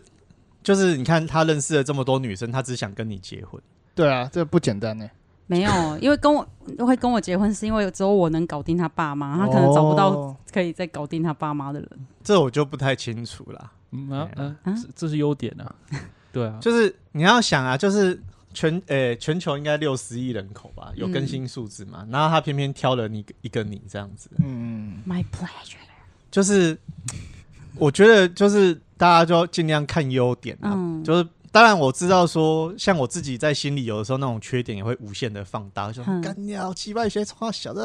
就是，你看他认识了这么多女生，他只想跟你结婚。对啊，这不简单呢。没有，因为跟我会跟我结婚，是因为只有我能搞定他爸妈，啊他可能找不到哦可以再搞定他爸妈的人。这我就不太清楚啦。嗯啊对啊，啊这这是优点啊，对啊，就是你要想啊，就是全诶、全球应该六十亿人口吧，有更新数字嘛。然后他偏偏挑了你一个你这样子，嗯， My pleasure，就是我觉得就是大家就尽量看优点啊，嗯就是。当然我知道说，像我自己在心里有的时候那种缺点也会无限的放大，就嗯干掉七败学从小的。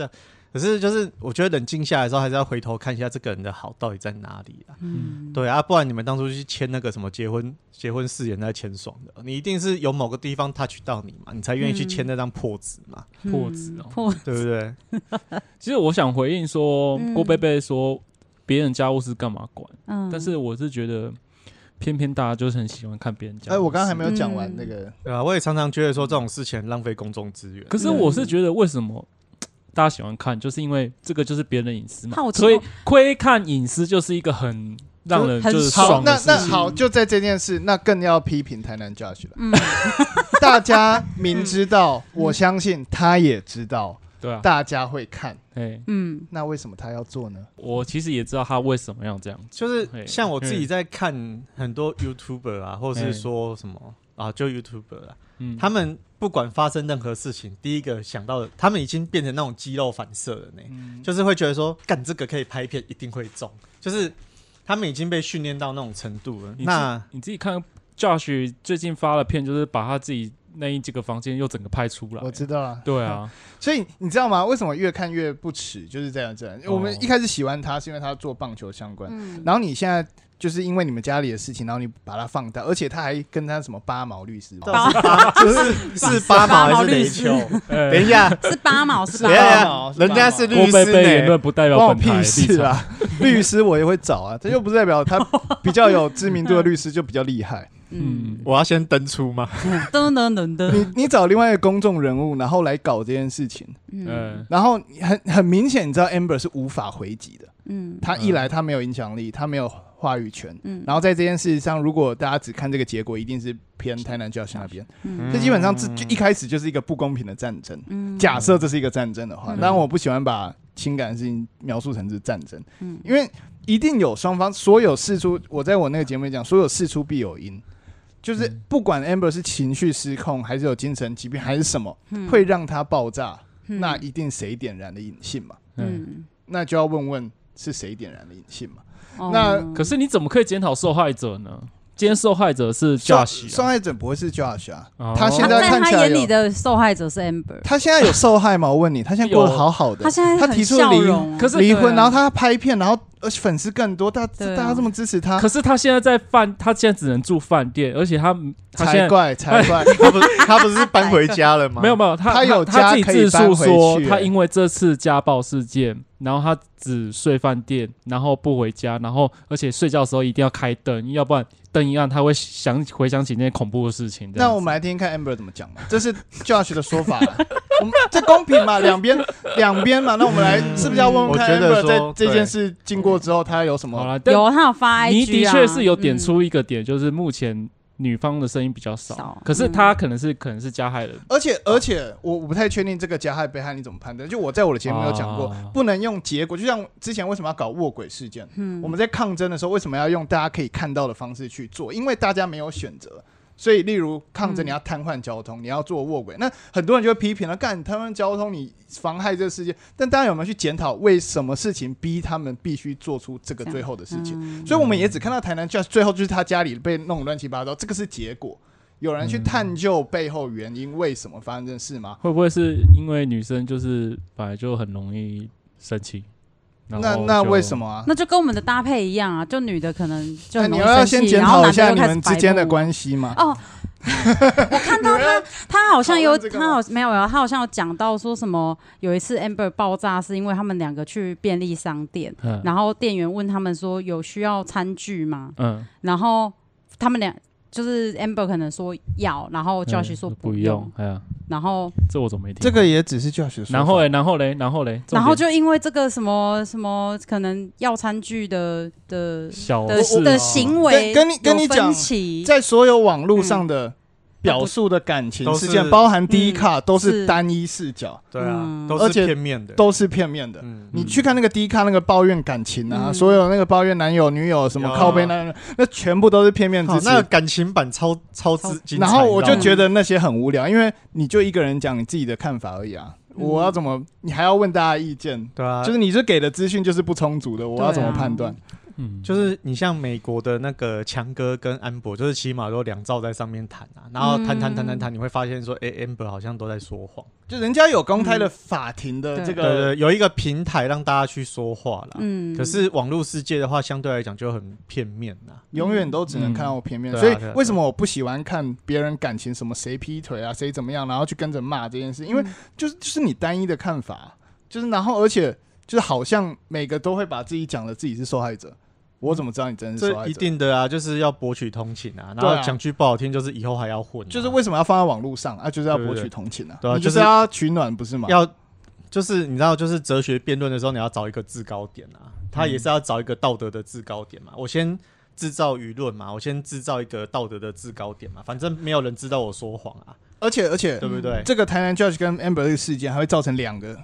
呃可是就是我觉得冷静下来的时候，还是要回头看一下这个人的好到底在哪里啊。嗯，对啊，不然你们当初去签那个什么结婚结婚誓言，那签爽的，你一定是有某个地方 touch 到你嘛，你才愿意去签那张破纸 嘛，嗯破纸哦破对不对？其实我想回应说，嗯郭贝贝说别人家务事干嘛管？嗯，但是我是觉得，偏偏大家就是很喜欢看别人家。哎，我刚刚还没有讲完那个，对啊，我也常常觉得说这种事情很浪费公众资源。可是我是觉得，为什么大家喜欢看，就是因为这个就是别人的隐私嘛好，奇所以哦窥看隐私就是一个很让人很就是爽爽的嗯那事那情。好，就在这件事，那更要批评台南 Judge 了。嗯，大家明知道，我相信他也知道，对啊，大家会看，哎，嗯那为什么他要做呢？我其实也知道他为什么要这样子。就是嘿像我自己在看很多 YouTuber 啊，或是嗯说什么啊，就 YouTuber 啊，嗯，他们不管发生任何事情，第一个想到的，他们已经变成那种肌肉反射了嗯呢，就是会觉得说，干这个可以拍片，一定会中，就是他们已经被训练到那种程度了。你自那你自己看 Josh 最近发了片，就是把他自己那一几个房间又整个拍出来。我知道了。对啊，所以你知道吗？为什么越看越不耻？就是这样这样。哦我们一开始喜欢他是因为他做棒球相关，嗯，然后你现在就是因为你们家里的事情，然后你把它放大，而且他还跟他什么八毛律师，到底是八，就是是八毛还是雷丘？ 哎等一下，是八毛是等一八毛，下，人家是郭律贝师贝言呢。论不代关表我本屁台立事场。啊！ 律师我也会找啊，这又不代表他比较有知名度的律师就比较厉害。嗯，我要先登出吗？噔噔噔你噔，你找另外一个公众人物，然后来搞这件事情，嗯嗯，然后你很很明显，你知道 Amber 是无法回击的。嗯他一来他没有影响力，他没有话语权。嗯，然后在这件事上，如果大家只看这个结果，一定是偏台南教训那边。嗯这基本上这就一开始就是一个不公平的战争。嗯假设这是一个战争的话，嗯当然我不喜欢把情感的事情描述成是战争，嗯因为一定有双方所有事出。我在我那个节目里讲，所有事出必有因，就是嗯不管 Amber 是情绪失控，还是有精神疾病，还是什么，会让他爆炸，嗯那一定谁点燃的引信嘛？嗯，嗯，那就要问问是谁点燃的引信嘛？哦那可是你怎么可以检讨受害者呢？今天受害者是受 Josh，受啊害者不会是 Josh 啊，哦他现他在在看他起来眼有里的受害者是 Amber，他现在有受害吗？我问你，他现在过得有好好的， 他现在他很提出笑离容啊，可是离婚，对啊然后他拍片，然后而且粉丝更多，大家对啊大家这么支持他可，是他现在在饭，他现在只能住饭店，而且他他现才在 啊怪才怪。他不，他不是搬回家了吗？没有，没有，他他有他家自己可以自搬述回说，去他欸因为这次家暴事件，然后他只睡饭店，然后不回家，然后而且睡觉的时候一定要开灯，要不然灯一暗他会想回想起那些恐怖的事情。这样那子我们来听听看 Amber 怎么讲嘛，这是 Josh 的说法啦， 我们这公平嘛，两边两边嘛，那我们来是不是要问问看嗯我觉得 Amber 说在这对件事经过之后，他有什好么？了，但有他有发 IG，你的啊确是有点嗯出一个点，就是目前女方的声音比较少，少可是嗯他可能是可能是加害人，而且而且我我不太确定这个加害被害你怎么判断，就我在我的节目有讲过啊，不能用结果，就像之前为什么要搞卧轨事件，嗯我们在抗争的时候为什么要用大家可以看到的方式去做，因为大家没有选择。所以，例如抗争，嗯你要瘫痪交通，你要做卧轨，那很多人就会批评了，干瘫痪交通，你妨害这个世界。但大家有没有去检讨，为什么事情逼他们必须做出这个最后的事情？嗯所以我们也只看到台南 judge 最后就是他家里被弄乱七八糟，这个是结果。有人去嗯探究背后原因，为什么发生这事吗？会不会是因为女生就是本来就很容易生气？然那后那就为什么啊？那就跟我们的搭配一样啊，就女的可能就那很你容易要不要生先气，检然后讨一男的下又你开始们之白间的目关系吗？哦。 我看 到他，他好像讨有，论这个吗他好没有啊，他好像有讲到说什么，有一次 Amber 爆炸是因为他们两个去便利商店，嗯然后店员问他们说有需要餐具吗？嗯，然后他们俩就是 Amber 可能说要，然后 Josh 嗯说不用用，，哎呀，然后这我怎么没听？这个也只是 Josh 的说法然后嘞，然后嘞，然后嘞，然后重点就因为这个什么什么可能要餐具的的哦小的事的啊行为跟跟你跟你有分讲歧在所有网络上的表述的感情都事是件，包含第一嗯卡，都是是单一视角，对啊嗯，都而是且片面的，都是片面的。嗯你去看那个第一卡那个抱怨感情啊，嗯所有那个抱怨男友、女友什么有啊靠背男友，那全部都是片面之好，词。那个感情版超超超之精彩，然后我就你知道嗯吗觉得那些很无聊，因为你就一个人讲你自己的看法而已啊，嗯我要怎么？你还要问大家意见，对啊，就是你这给的资讯就是不充足的，我要怎么判断？嗯，就是你像美国的那个强哥跟安博，就是起码都两兆在上面谈啊，然后谈谈谈谈谈，你会发现说，哎、a m b e r 好像都在说谎。就人家有公开的法庭的嗯这对个，对，有一个平台让大家去说话啦。嗯可是网络世界的话，相对来讲就很片面啊啦。永远都只能看到片面。嗯所以对啊对啊为什么我不喜欢看别人感情什么谁劈腿啊，谁怎么样，然后去跟着骂这件事？因为嗯就是就是你单一的看法，就是然后而且就是好像每个都会把自己讲的自己是受害者，我怎么知道你真的是受害这者？一定的啊，就是要博取同情啊。然对啊后讲句不好听，就是以后还要混啊、就是为什么要放在网络上啊？就是要博取同情啊，对对对对啊你就是就是要取暖，不是吗？要，就是你知道，就是哲学辩论的时候，你要找一个制高点啊，他也是要找一个道德的制高点嘛。我先制造舆论嘛，我先制造一个道德的制高点嘛，反正没有人知道我说谎啊，而且而且对不对？这个台南 Judge 跟 Amber 这个事件还会造成两个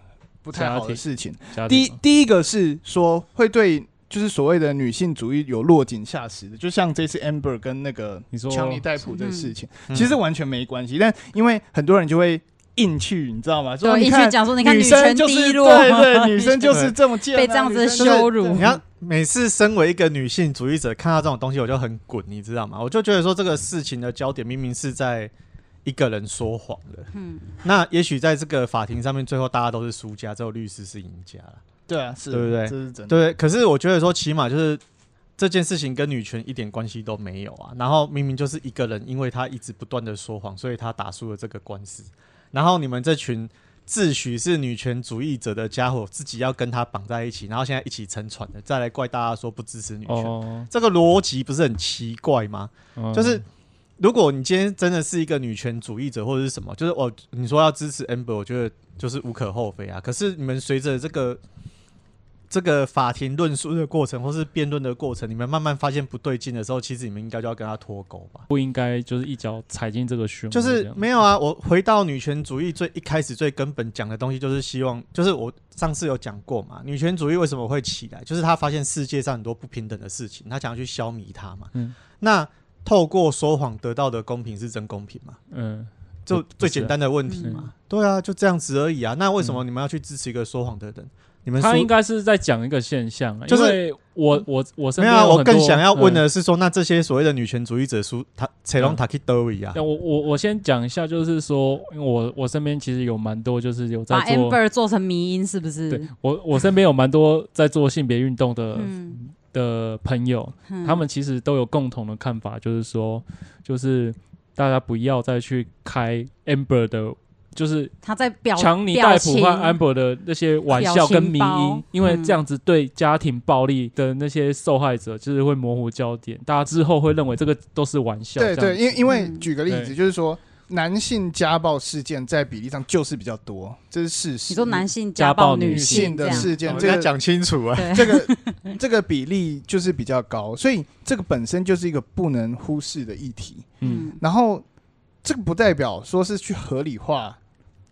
不太好的事情。家第庭一第一个是说会对就是所谓的女性主义有落井下石的，就像这次 Amber 跟那个你说强尼戴普的事情，嗯其实完全没关系，但因为很多人就会硬去，你知道吗？说哦对，一你去看讲说，你看女权生就低是落，对对，女生就是这么贱啊， 被这样子女生就是羞辱你要每次身为一个女性主义者，看到这种东西我就很滚，你知道吗？我就觉得说这个事情的焦点明明是在一个人说谎的，嗯，那也许在这个法庭上面，最后大家都是输家，只有律师是赢家了。对啊，是，对不对这是真的。对，可是我觉得说，起码就是这件事情跟女权一点关系都没有啊。然后明明就是一个人，因为他一直不断的说谎，所以他打输了这个官司。然后你们这群自诩是女权主义者的家伙，自己要跟他绑在一起，然后现在一起沉船的，再来怪大家说不支持女权，哦，这个逻辑不是很奇怪吗？嗯就是如果你今天真的是一个女权主义者或者是什么，就是我你说要支持 Amber，我觉得就是无可厚非啊。可是你们随着这个这个法庭论述的过程或是辩论的过程，你们慢慢发现不对劲的时候，其实你们应该就要跟他脱钩吧。不应该就是一脚踩进这个漩涡就这样，是没有啊，我回到女权主义最一开始最根本讲的东西，就是希望，就是我上次有讲过嘛，女权主义为什么会起来，就是他发现世界上很多不平等的事情，他想要去消弭它嘛。嗯那透过说谎得到的公平是真公平吗？嗯，就不最是啊简单嗯的问题嘛。对啊，就这样子而已啊。那为什么你们要去支持一个说谎的人？你们嗯他说应该是在讲一个现象啊，就是因为我我我身没边有啊？我很多更想要问嗯的是说，那这些所谓的女权主义者书，他采龙塔克德维啊但，嗯我我我先讲一下，就是说，因为我我身边其实有蛮多就是有在把做， Amber 做成迷音是不是？对我我身边有蛮多在做性别运动的、嗯，的朋友，嗯呃他们其实都有共同的看法，就是说，就是大家不要再去开 Amber 的就是他在表强尼戴普和安博的那些玩笑跟迷表情因包，因为这样子对家庭暴力的那些受害者就是会模糊焦点，大家之后会认为这个都是玩笑。对这对，样子因为因为嗯举个例子，对就是说男性家暴事件在比例上就是比较多，这是事实。哦你说男性家暴暴女女性这的样事我件，们这要个讲清楚啊。 这个这个比例就是比较高，所以这个本身就是一个不能忽视的议题。嗯，然后这个不代表说是去合理化，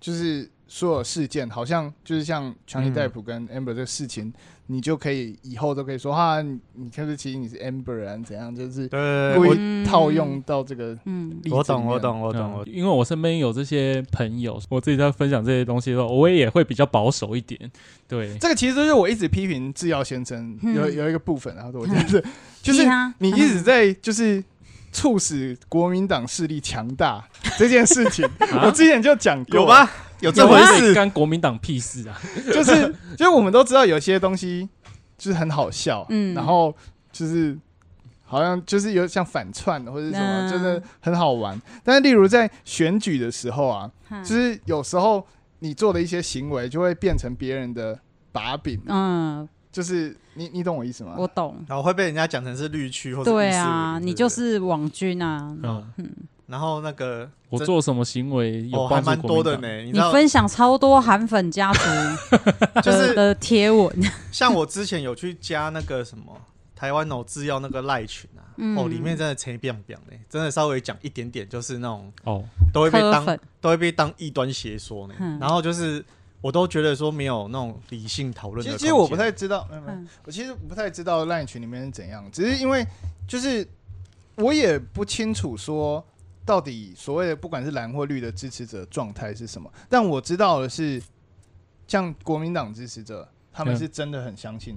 就是所有事件，好像就是像强尼嗯戴普跟 Amber 这个事情，你就可以以后都可以说哈，你你看这其实你是 Amber 啊，怎样，就是对，故我意套用到这个嗯例子嗯我懂，里面我。懂，我嗯懂，我懂。因为我身边有这些朋友，我自己在分享这些东西的时候，我也会比较保守一点。对，这个其实就是我一直批评制药先生嗯有有一个部分，然后我觉嗯得是就是踢他你一直在就是促使国民党势力强 大这件事情，我之前就讲过，啊有吗？？有这回有啊事？干国民党屁事啊！就是就是我们都知道有些东西就是很好笑，嗯然后就是好像就是有像反串的或者是什么，嗯真的很好玩。但是例如在选举的时候啊，嗯就是有时候你做的一些行为就会变成别人的把柄，嗯，就是你你懂我意思吗？我懂。然后会被人家讲成是绿区或者。对啊，你就是是网军啊，嗯，然后那个我真做什么行为有哦还帮蛮助多国民的党？呢，你知你道，分享超多韩粉 家族就是的的贴文，像我之前有去加那个什么台湾脑制药那个赖群啊，嗯哦，里面真的吹变变呢，真的稍微讲一点点，就是那种哦，都会被科当粉，都会被当异端邪说呢。嗯然后就是我都觉得说没有那种理性讨论其的实空间。其实我不太知道，没有没有嗯我其实不太知道烂群里面是怎样，只是因为就是我也不清楚说到底所谓的不管是蓝或绿的支持者状态是什么，但我知道的是，像国民党支持者，他们嗯是真的很相信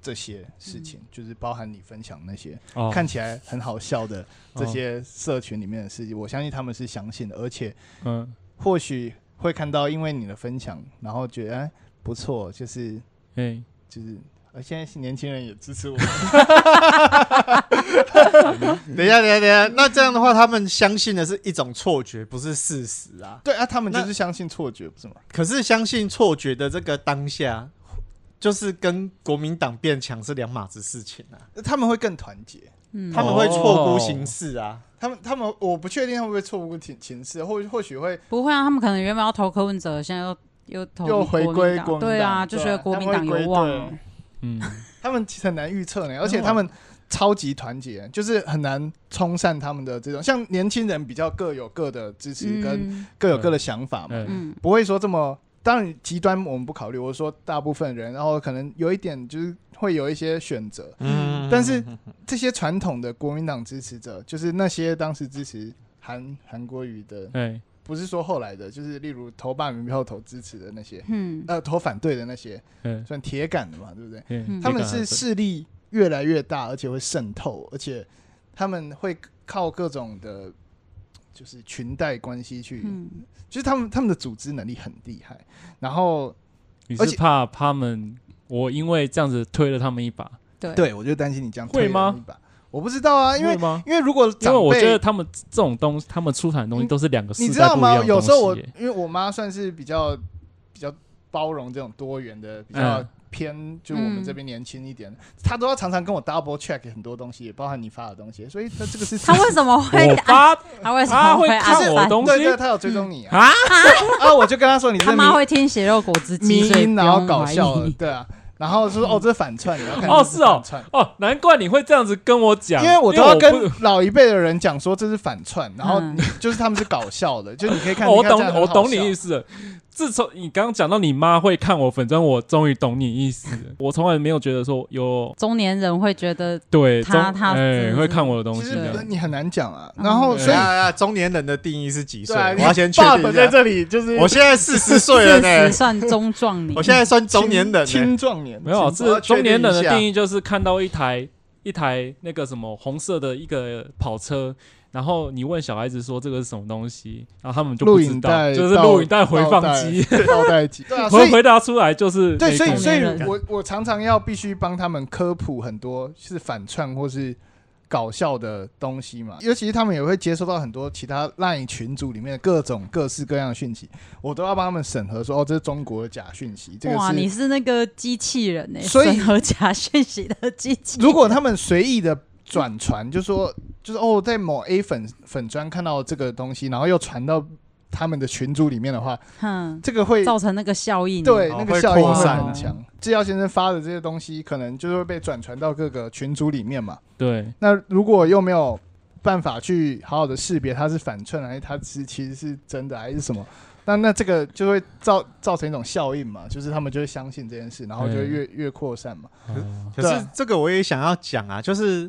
这些事情，就是包含你分享那些、哦看起来很好笑的这哦些社群里面的事情，我相信他们是相信的，而且嗯，或许会看到因为你的分享，然后觉得哎不错，就是。哎，就是呃，现在是年轻人也支持我，等一下，等一下，等一下。那这样的话，他们相信的是一种错觉，不是事实啊。 对啊，他们就是相信错觉，不是吗？可是相信错觉的这个当下，就是跟国民党变强是两码子事情啊。呃他们会更团结，嗯他们会错估形势啊。他们他们我不确定他们会不会错过情情势，或或许会不会啊，他们可能原本要投柯文哲，现在又又投又回归民党国民党对啊，就对啊觉得国民他党们会归有望队啊，嗯，他们很难预测呢，而且他们超级团结，就是很难冲散他们的这种，像年轻人比较各有各的支持跟嗯各有各的想法嘛，嗯，嗯不会说这么。当然，极端我们不考虑。我说大部分人，然后可能有一点就是会有一些选择，嗯，但是这些传统的国民党支持者，就是那些当时支持韩韩国瑜的，哎，不是说后来的，就是例如投罢免票投支持的那些，嗯呃，投反对的那些，哎，算铁杆的嘛，对不对？哎嗯他们是势力越来越大，而且会渗透，而且他们会靠各种的，就是裙带关系去，嗯，就是他们他们的组织能力很厉害，然后你而是且怕他们，我因为这样子推了他们一把，对，对我就担心你这样会吗推了一把？我不知道啊，因为会吗？因为如果因长为我辈觉得他们这种东西，他们出产的东西都是两个世你知呃代道不一样吗？的有时候东我西耶因为我妈算是比较比较包容这种多元的，比较嗯偏就是我们嗯这边年轻一点的，她都要常常跟我 double check 很多东西，也包含你发的东西，所以她这个是 他为什么会我按？发他为什他么会按看我赞的东对对，西她有追踪你啊啊， 啊！我就跟她说你这他妈会听血肉果汁迷机，所以音，不然后用搞怀笑了，疑。对啊，然后说哦这是反串，你要看哦这是哦反串。哦，难怪你会这样子跟我讲，因为我都要不跟老一辈的人讲说这是反串，然后嗯你就是他们是搞笑的，就你可以 看。哦我你看这懂样，很我好懂你笑意思了。自从你刚刚讲到你妈会看我粉砖，我终于懂你意思了。我从来没有觉得说有中年人会觉得对他中他哎是会看我的东其西实这不样你很难讲啊。嗯然后对所以啊啊中年人的定义是几岁？对啊我要先确 bug 定一在下。这里就是我现在四十岁了四十呢，算中壮年。我现在算中年人呢。青壮年欸没有，啊请我这要确中年人定的一下定义就是看到一台一台那个什么红色的一个跑车，然后你问小孩子说这个是什么东西，然后他们就不录知影道，带就是录影带回放 机，倒带机，对啊，所 回以回答出来就是对，所以那个所以中年人我我常常要必须帮他们科普很多是反串或是搞笑的东西嘛，尤其是他们也会接收到很多其他 LINE 群组里面的各种各式各样的讯息，我都要帮他们审核说，哦，这是中国的假讯息，这个哇，你是。是那个机器人呢、欸，所以审核假讯息的机器人。如果他们随意的转传，就说就是哦，在某 A 粉粉专看到这个东西，然后又传到他们的群组里面的话，哼这个会造成那个效应，对，哦那个会效应扩会散很强。制药先生发的这些东西，可能就是会被转传到各个群组里面嘛。对，那如果又没有办法去好好的识别它是反串还是它是其实是真的还是什么，那那这个就会造造成一种效应嘛，就是他们就会相信这件事，然后就会越、越扩散嘛。哦可对是啊这个我也想要讲啊，就是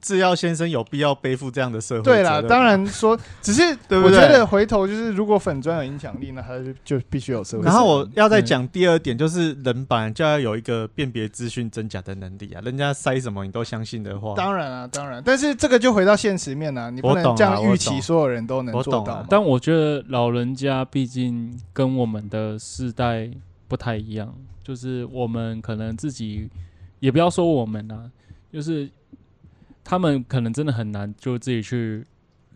制药先生有必要背负这样的社会责对任啦，吗当。然 说，只是对不我觉对得回头就是，如果粉砖有影响力，那他就就必须有社会责任。哦然后我要再讲第二点，就是人本来就要有一个辨别资讯真假的能力啊，人家塞什么你都相信的话，当然啊，当然，但是这个就回到现实面啊，你不我能懂啊这样我预懂期所有人都能我做懂到啊嘛。但我觉得老人家毕竟跟我们的世代不太一样，就是我们可能自己也不要说我们啊，就是他们可能真的很难就自己去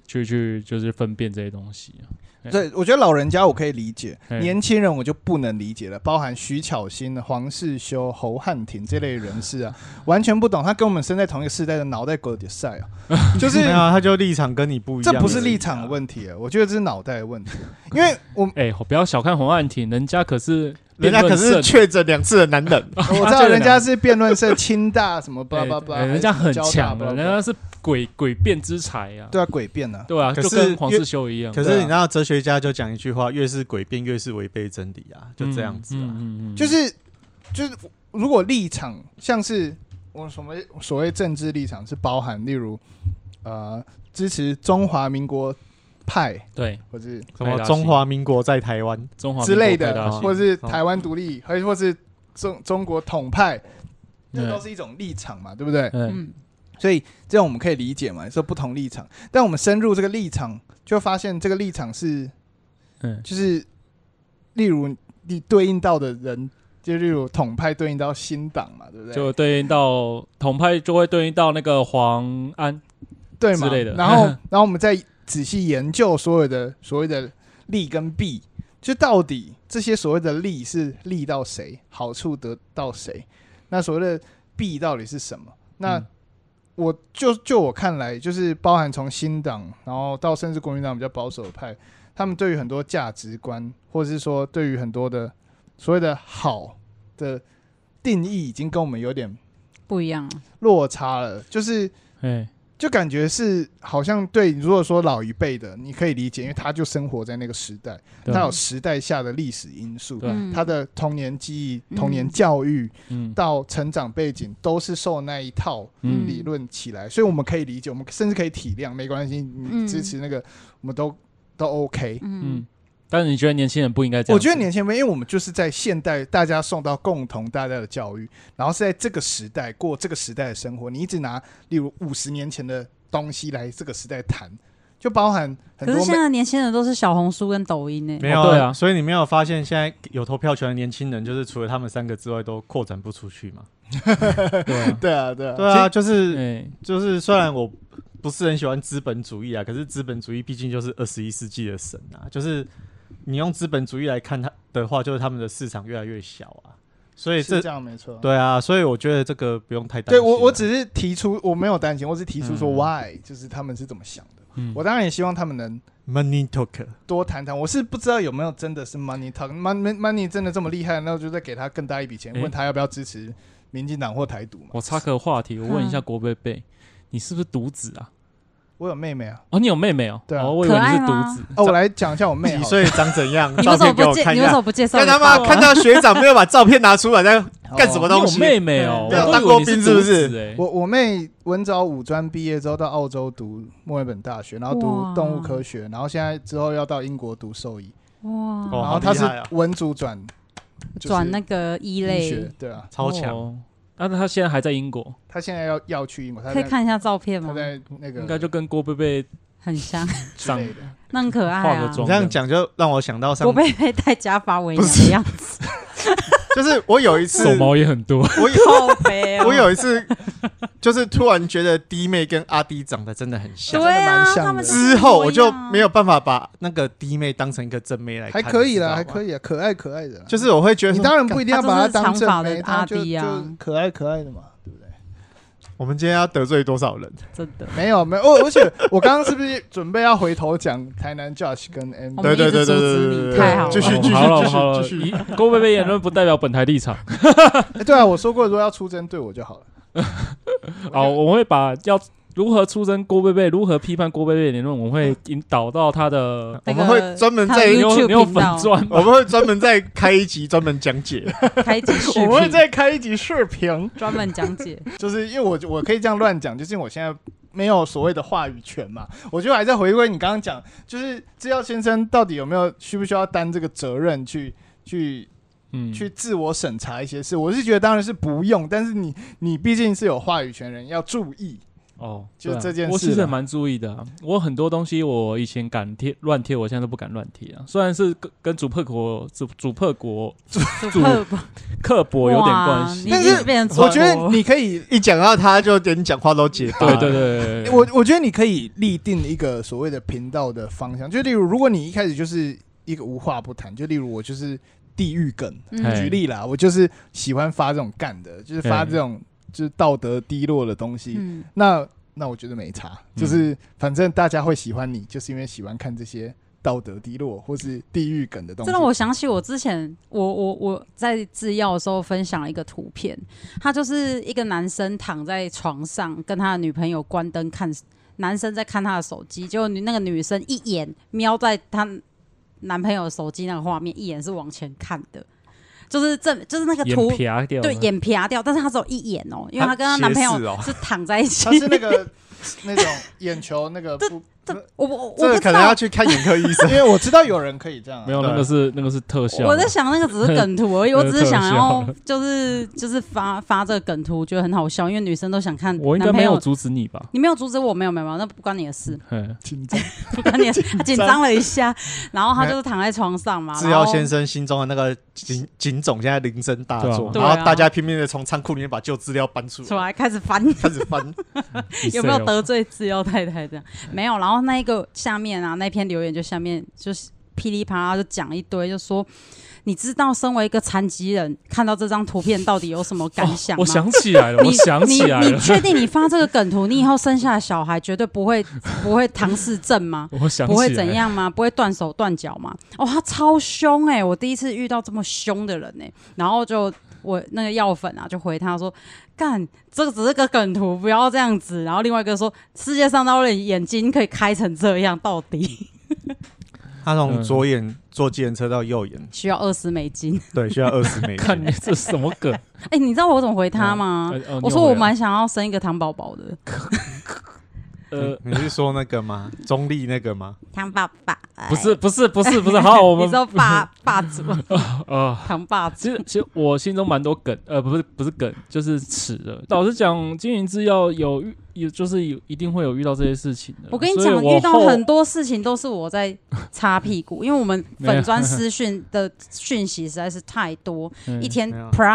去去就是分辨这些东西、啊。对，我觉得老人家我可以理解，嘿年轻人我就不能理解了。包含徐巧芯、黄世修、侯汉廷这类人士啊，完全不懂。他跟我们生在同一个世代的脑袋狗比赛啊， 就是没有啊，他就立场跟你不一这样，不是立场的问题啊，我觉得这是脑袋的问题。啊因为我哎、不要小看红案庭，人家可是人家可辩是论圣确诊两次的男 人， 我知道人家是辩论社清大什么 blah blah 哎 blah，哎人家很强的的，，人家是诡诡辩之才啊，对啊诡辩啊，对啊，可就是跟黄越世修一样，嗯可对是啊你知道哲学家就讲一句话，越是诡辩越是违背真理啊，就这样子啊。嗯嗯就是就是如果立场像是我什么所谓政治立场是包含例如呃支持中华民国派。对或是什么中华民国在台湾，中华之民国类派大啊的，星或是台湾独立，还或是中中国统派，这都对是一种立场嘛，对不对？嗯嗯，所以这样我们可以理解嘛，说不同立场。但我们深入这个立场，就发现这个立场是嗯就是，例如你对应到的人，就例如统派对应到新党嘛，对不对？就对应到统派，就会对应到那个黄安，对嘛之类的 然后，然后我们再仔细研究所有的所谓的利跟弊，就到底这些所谓的利是利到谁，好处得到谁？那所谓的弊到底是什么？那、嗯我就就我看来，就是包含从新党，然后到甚至国民党比较保守的派，他们对于很多价值观，或者是说对于很多的所谓的好的定义，已经跟我们有点不一样啊。落差了，就是。哎，就感觉是好像对，如果说老一辈的，你可以理解，因为他就生活在那个时代，对啊他有时代下的历史因素，对啊嗯他的童年记忆、嗯童年教育嗯到成长背景都是受那一套嗯理论起来，所以我们可以理解，我们甚至可以体谅，没关系，嗯你支持那个，我们都都 OK。嗯嗯，但是你觉得年轻人不应该这样？我觉得年轻人，因为我们就是在现代，大家受到共同大家的教育，然后是在这个时代过这个时代的生活。你一直拿，例如五十年前的东西来这个时代谈，就包含很可是多现在的年轻人都是小红书跟抖音欸呢、没有、哦对啊所以你没有发现现在有投票权的年轻人，就是除了他们三个之外，都扩展不出去嘛？对啊对啊对啊对啊，，就是哎，就是虽然我不是很喜欢资本主义啊，可是资本主义毕竟就是二十一世纪的神啊，就是你用资本主义来看它的话，就是他们的市场越来越小啊，所其以实是这这样没错。对啊，所以我觉得这个不用太担对心啊。我我只是提出我没有担心，我只是提出说嗯 why，、就是他们是怎么想的。嗯我当然也希望他们能 money talk，多谈谈。我是不知道有没有真的是 money talk money money 真的这么厉害，那我就再给他更大一笔钱，诶问他要不要支持民进党或台独嘛。我插个话题，我问一嗯下国贝贝，你是不是独子啊？我有妹妹 啊，哦，你有妹妹哦？对啊哦，我以为你是独子。哦，我来讲一下我妹好几了。岁长怎样？ 你为照什么片给不我介？看一你为什下。么不哦介绍看给他我妈爸爸？看到学长没有把照片拿出来，在干什么你东有西？妹妹哦，对啊我当都以过为你兵是是独不子是哎，我我妹文藻五专毕业之后到澳洲读墨尔本大学，然后读哇动物科学，然后现在之后要到英国读兽医，哦哇，然后她是好厉害啊文组转就是转那个一医类学，，对啊，超强，哦。那他现在还在英国，她现在要要去英国，她可以在看一下照片她吗？在那个应该就跟郭贝贝很像，之类的 那很可爱化啊个。你妆这样讲就让我想到上我，被被戴假发为娘的样子， 就是我有一次 手毛也很多。我有好悲哦。我有一次就是突然觉得弟妹跟阿弟长得真的很 像。对啊啊，他他们们之后我就没有办法把那个弟妹当成一个正妹来还哎看，可以你知道啦，吗还可以啊，可爱可爱的啦。就是我会觉得你说，当然不一定要把它当正他就是妹，长发的阿他就弟啊就可爱可爱的嘛，对不对？我们今天要得罪多少人？真的。没有没有，哦而且我刚刚是不是准备要回头讲台南 Josh 跟 M？我对们对一对直阻对止对你，对，太好了。继续继续好了继好了，续继续。以郭贝贝言论不代表本台立场。对啊，我说过如果要出征对我就好了。好，哦我们会把要如何出征郭贝贝，如何批判郭贝贝的言论，我们会引导到他的我那们个会专门他的在你有嗯 YouTube 你有频粉道 钻 我们会专门再开一集专门讲 解。开启视我们会频，再开一集视频，专门讲 解。就是因为我我可以这样乱讲，就是因为我现在没有所谓的话语权嘛，我就还在回归你刚刚讲，就是制药先生到底有没有需不需要担这个责任去去嗯，去自我审查一些事？我是觉得当然是不用，但是你你毕竟是有话语权的人，要注意。哦，就对啊这件我事其实啦也蛮注意的啊、我很多东西我以前敢贴乱贴，我现在都不敢乱贴啊。虽然是跟跟主客国主主客国主客刻薄有点关系，啊但但是是变成我觉得转播你可以，一讲到他，就连讲话都结巴。对对对对，我我觉得你可以立定一个所谓的频道的方向，就例如如果你一开始就是一个无话不谈，就例如我就是地狱梗，嗯哎举例啦，我就是喜欢发这种干的，就是发这种就是道德低落的东西。嗯，那那我觉得没差，嗯就是反正大家会喜欢你，就是因为喜欢看这些道德低落或是地狱梗的东这西。让我想起我之前，我我我在制药的时候分享了一个图片，他就是一个男生躺在床上，跟他的女朋友关灯看，男生在看他的手机，结果女那个女生一眼瞄在他男朋友的手机那个画面，一眼是往前看的，就是这就是那个眼图。撇掉了，对，眼撇掉，但是她只有一眼哦、因为她跟她她男朋斜视哦友是躺在一起。他是那个 那种眼球那个不，我我我不这个知可能道要，去看眼科医 生。因为我知道有人可以这样、啊，没有那个是那个是特效，啊我在想那个只是梗 图而已，那我个只是想要特效就是就是发发这个梗图，觉得很好笑，因为女生都想看我应男该朋没有友。阻止你吧？你没有阻止我，没有没有没 有，那不关你的事，嗯，紧张。不关 你的事。他紧张了一下，然后他就是躺在床上嘛。制然药后先生心中的那个警警总现在铃声大作，对然啊后对啊大家拼命的从仓库里面把旧资料搬出出来，来开始翻，开始翻。 有没有你谁哦得罪自由太太这样？没有。然后那一个下面啊，那篇留言就下面就是噼里啪啦就讲一堆，就说你知道身为一个残疾人看到这张图片到底有什么感想哦吗？我想起来了，我 你想起来你你了，确定你发这个梗图，你以后生下的小孩绝对不会 不会唐氏症吗？我想不起来会了怎，样吗？不会断手断脚吗？哦，他超凶哎、我第一次遇到这么凶的人哎、然后就我那个药粉啊，就回他说：“干，这个只是个梗图，不要这样子。”然后另外一个说：“世界上哪有眼睛可以开成这样？到底 他从左眼坐计程车到右眼，需要二十美金 对，需要二十 美看金。你这什么梗？？”哎、你知道我怎么回他吗？呃哦你有我说我回啊蛮想要生一个糖宝宝的，嗯呃，你是说那个吗？中立那个吗？糖爸爸不是不是不是不是， 好，我你们知 道霸霸主 吗啊。扛把子，其实，其实我心中蛮多梗，呃，不是不是梗，就是尺的。老实讲，经营制药有遇有，就是有一定会有遇到这些事情的。我跟你所以讲，我遇到后很多事情都是我在擦屁股，因为我们 粉砖私讯的讯息实在是太多， 嗯一天没有 pra。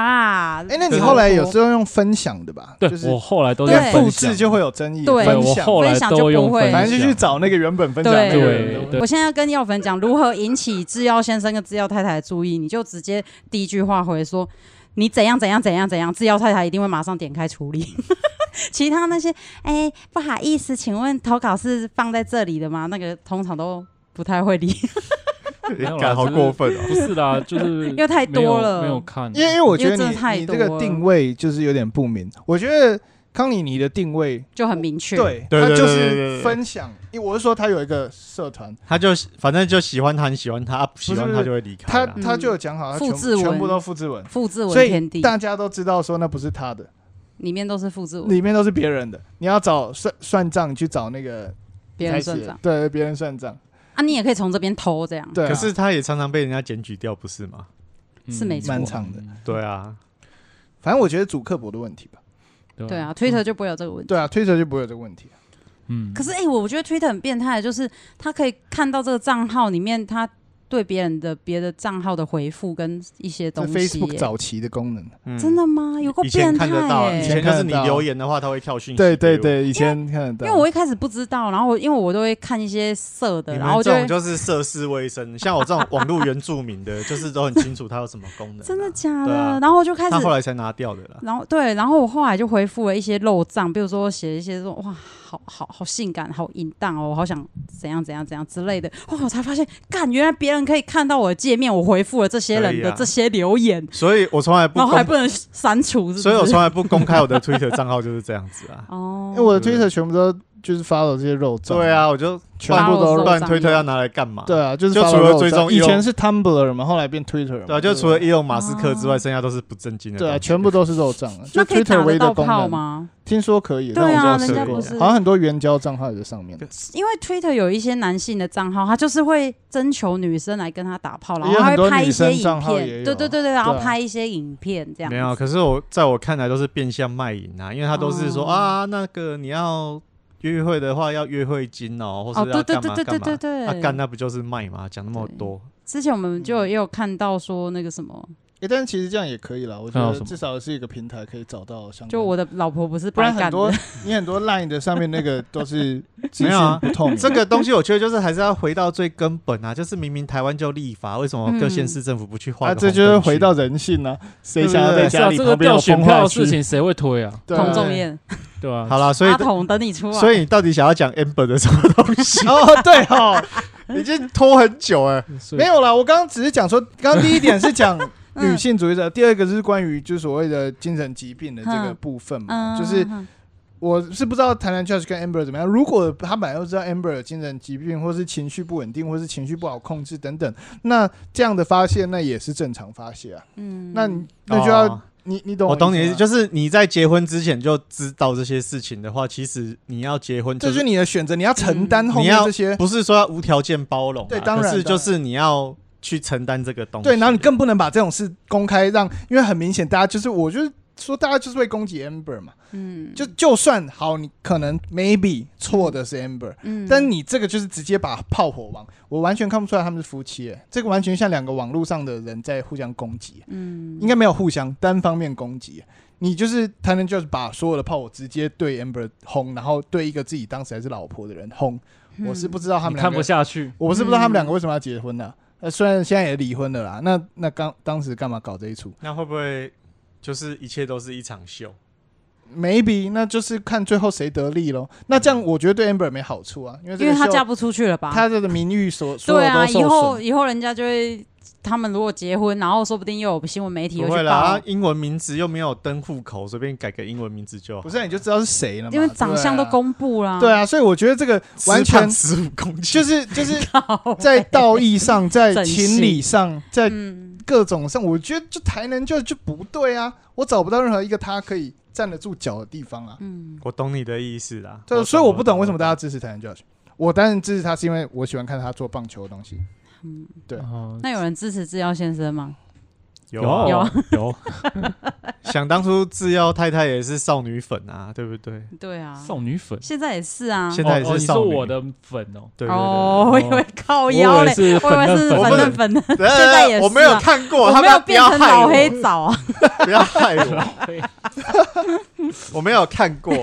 哎、那你后来有时候用分享的吧？对、就是我后来都因在为对复分制享，就会有争议。对对分我享后来分享都就用不会分享，反正就去找那个原本分享的对人。对我现在要跟药粉讲如何引起制药先生跟制药太太的注意，你就直接第一句话回说你怎样怎样怎样怎样，制药太太一定会马上点开处理。 其他那些哎、不好意思，请问投稿是放在这里的吗？那个通常都不太会理，有啦感好过分哦！不是 啦，就是因为太多嗯了没有看，因为因为我觉得因为真你的太你这个多了定位就是有点不明。我觉得康妮你的定位，就很明确。对，对他对就对对对是对分享。因为我是说他有一个社团，他就反正就喜欢他，很喜欢他，啊不喜欢他就会离开他啦。嗯他就有讲好，他全复制文全部都复制文，复制所文以天地大家都知道说那不是他的，里面都是复制文，里面都是别人的。你要找算算账，你去找那个别开人始算账。对，别人算账。啊，你也可以从这边偷这样。对啊，可是他也常常被人家检举掉，不是吗？嗯是没错蛮长的。对啊，反正我觉得主刻薄的问题吧。对啊，Twitter 就不会有这个问题。对啊，推特就不会有这个问题。啊嗯，可是哎、欸我觉得 Twitter 很变态，就是他可以看到这个账号里面他对别人的别的账号的回复跟一些这东西、 Facebook 耶早期的功能，嗯真的吗？有够以前变态、看得到，啊欸！以以前前就是你看得到留言的话，他会跳讯息。对对，对，以前看得因到，为我一开始不知道，然后我因为我都会看一些色的，你然后们我这就会种就是涉世未深，像我这种网络原住民的，就是都很清楚它有什么功能啊。 真的假对的？啊然后我就开始他后来才拿掉的啦。然后对，然后我后来就回复了一些漏账，比如说写一些说哇，好好好性感，好淫荡哦，我好想怎样怎样怎样之类的。哇，我才发现，干，原来别人可以看到我的界面，我回复了这些人哎可以的啊这些留言，所以我从来不然后还公，不能删除，是不是所以我从来不公开我的 Twitter 账号就是这样子 啊。哦因为，我的对 Twitter 全部都就是 follow 这些肉照，对，啊，我就全发部肉都照肉乱推特要拿来干嘛？对啊，就是就 follow 除了肉照追踪以 Elon- 前是 Tumblr 嘛，后来变 Twitter 嘛，对啊，就除了伊隆马斯克之外，哦剩下都是不正经的东对西。啊，全部都是肉账啊，就那可以 Twitter 打唯得一的到功炮能。吗？听说可以，对但我啊，知道人是家有不是好像很多援交账号也在上面，因为 Twitter 有一些男性的账号，他就是会征求女生来跟他打炮，然也后有他很多会拍一女些生影账号片也，有对对对对，然后对啊拍一些影片这样子。没有，可是我在我看来都是变相卖淫啊，因为他都是说、哦啊，那个你要约会的话要约会金哦，或啊哦，是要对对干对嘛对对干对嘛。对，啊，干那不就是卖吗？讲那么多，之前我们就有嗯也有看到说那个什么，诶但是其实这样也可以啦，我觉看到得什么至少是一个平台可以找到相关。就我的老婆不是不然白很干多的， 你很多 Line 的上面那个都是资没有啊讯不透明，这个东西我觉得就是还是要回到最根本啊，就是明明台湾就立法，为什么各县市政府不去画个啊，红灯区、这就是回到人性啊，谁想要在对是家啊，里这个旁边掉有选风票化的区事？情谁会推啊？对童仲彦、对吧、好啦，所以阿童等你出来，啊所以你到底想要讲 Amber 的什么东西？哦，对哦，已经拖很久哎、是没有啦，我刚刚只是讲说，刚刚第一点是讲 嗯女性主义者，第二个是关于就是所谓的精神疾病的这个嗯部分嘛，嗯，就是嗯我是不知道台南 Judge 跟 Amber 怎么样。如果他本来就知道 Amber 有精神疾病，或是情绪不稳定，或是情绪不好控制等等，那这样的发泄那也是正常发泄啊。嗯那你 那就要、哦你你懂我懂你的意思，是就是你在结婚之前就知道这些事情的话，其实你要结婚这就就是是你的选择，你要承担嗯后你面要这些。 不是说要无条件包容啊，对当然可是就当是你要去承担这个东西。对，然后你更不能把这种事公开让，因为很明显，大家就是我就是说，大家就是会攻击 Amber 嘛。嗯就就算好，你可能 maybe 错的是 Amber，、嗯但你这个就是直接把炮火王，我完全看不出来他们是夫妻耶，这个完全像两个网络上的人在互相攻击。嗯应该没有互相单方面攻击。你就是他能就是把所有的炮我直接对 Amber 轰，然后对一个自己当时还是老婆的人轰。嗯我是不知道他你们看两不个，下去，我是不知道他们两个为什么要结婚呢、呃，虽然现在也离婚了啦，那那刚当时干嘛搞这一出那会不会就是一切都是一场秀？ ？Maybe 那就是看最后谁得利咯。那这样我觉得对 Amber 没好处啊，因为这因个为他秀嫁不出去了吧？他的名誉所所对有啊，都以受后损。以后人家就会，他们如果结婚，然后说不定又有新闻媒体又不去会啦，报啊，英文名字又没有登户口，随便改个英文名字就好。不是啊你就知道是谁了嘛？因为长相都对啊公布啦，对，啊，所以我觉得这个完全十五公斤，就是就是 在道义上，在整形情理上，在嗯，各种上，我觉得就台南就就不对啊，我找不到任何一个他可以站得住脚的地方啊。嗯我懂你的意思啦。对，懂所以我不懂为什么大家支持台南 Judge。我当然支持他，是因为我喜欢看他做棒球的东西。嗯，对哦那有人支持制药先生吗？有啊哦有 啊有想当初制药太太也是少女粉啊，对不对？对啊，少女粉，现在也是啊，现在也哦哦是你少是女。我的粉哦，对对对对哦，我以为靠我以腰为嘞，是粉我以为是嫩粉粉嫩嫩，粉嫩，对对对现在也是 啊我没有看过，我他没们有不变要成害老我黑，枣啊。 不要害我，对我没有看过。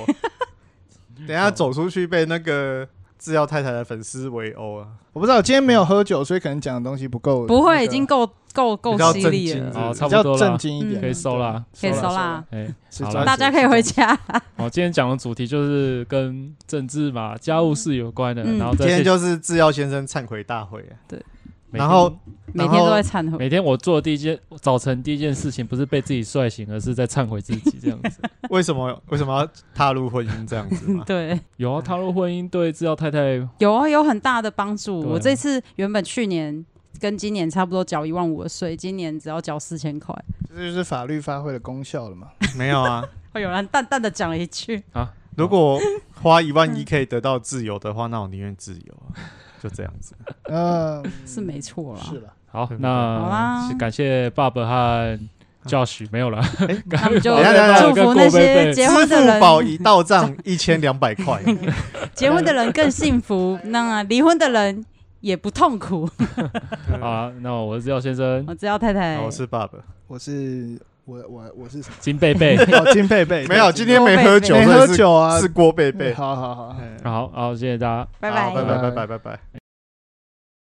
等一下走出去被那个制药太太的粉丝围殴啊！我不知道，今天没有喝酒，所以可能讲的东西不够，不那个会，已经够够够比较犀利震惊了，哦，差不比较多正了，经啊一点，可以收啦。可以收收啦啦，哎，是啊好这了，样大家可以回家。好，今天讲的主题就是跟政治嘛、家务事有关的，嗯然后再今天谢就是制药先生忏悔大会啊，每然天后每天都在忏悔，？每天我做的第一件早晨第一件事情，不是被自己帅醒，而是在忏悔自己这样子。为什么为什么要踏入婚姻这样 子嘛对，有啊，踏入婚姻对制药太太有啊，有很大的帮助。对啊我这次原本去年跟今年差不多缴一万五的税，今年只要缴四千块。这就是法律发挥的功效了 嘛。没有啊，哦，有人淡淡的讲了一句，如果花一万一可以得到自由的话，那我宁愿自由啊，就这样子。嗯， 是没错啦。是了，好对，好那啊啦感谢爸爸和 Josh 没有了， 那我们就等一下等一下祝福那些结支婚的付宝人，一到账一千两百块，啊结婚的人更幸福。那离婚的人也不痛苦。 嗯好啊，那我是廖先生我，知道太太好，我哦是爸爸，我是我我我是什么？金贝 贝。哦，金贝贝， 没有，今天没喝酒，没所以喝是酒啊是，郭贝对贝。好好好。嗯好好，谢谢大家。拜好拜拜。拜拜拜拜拜。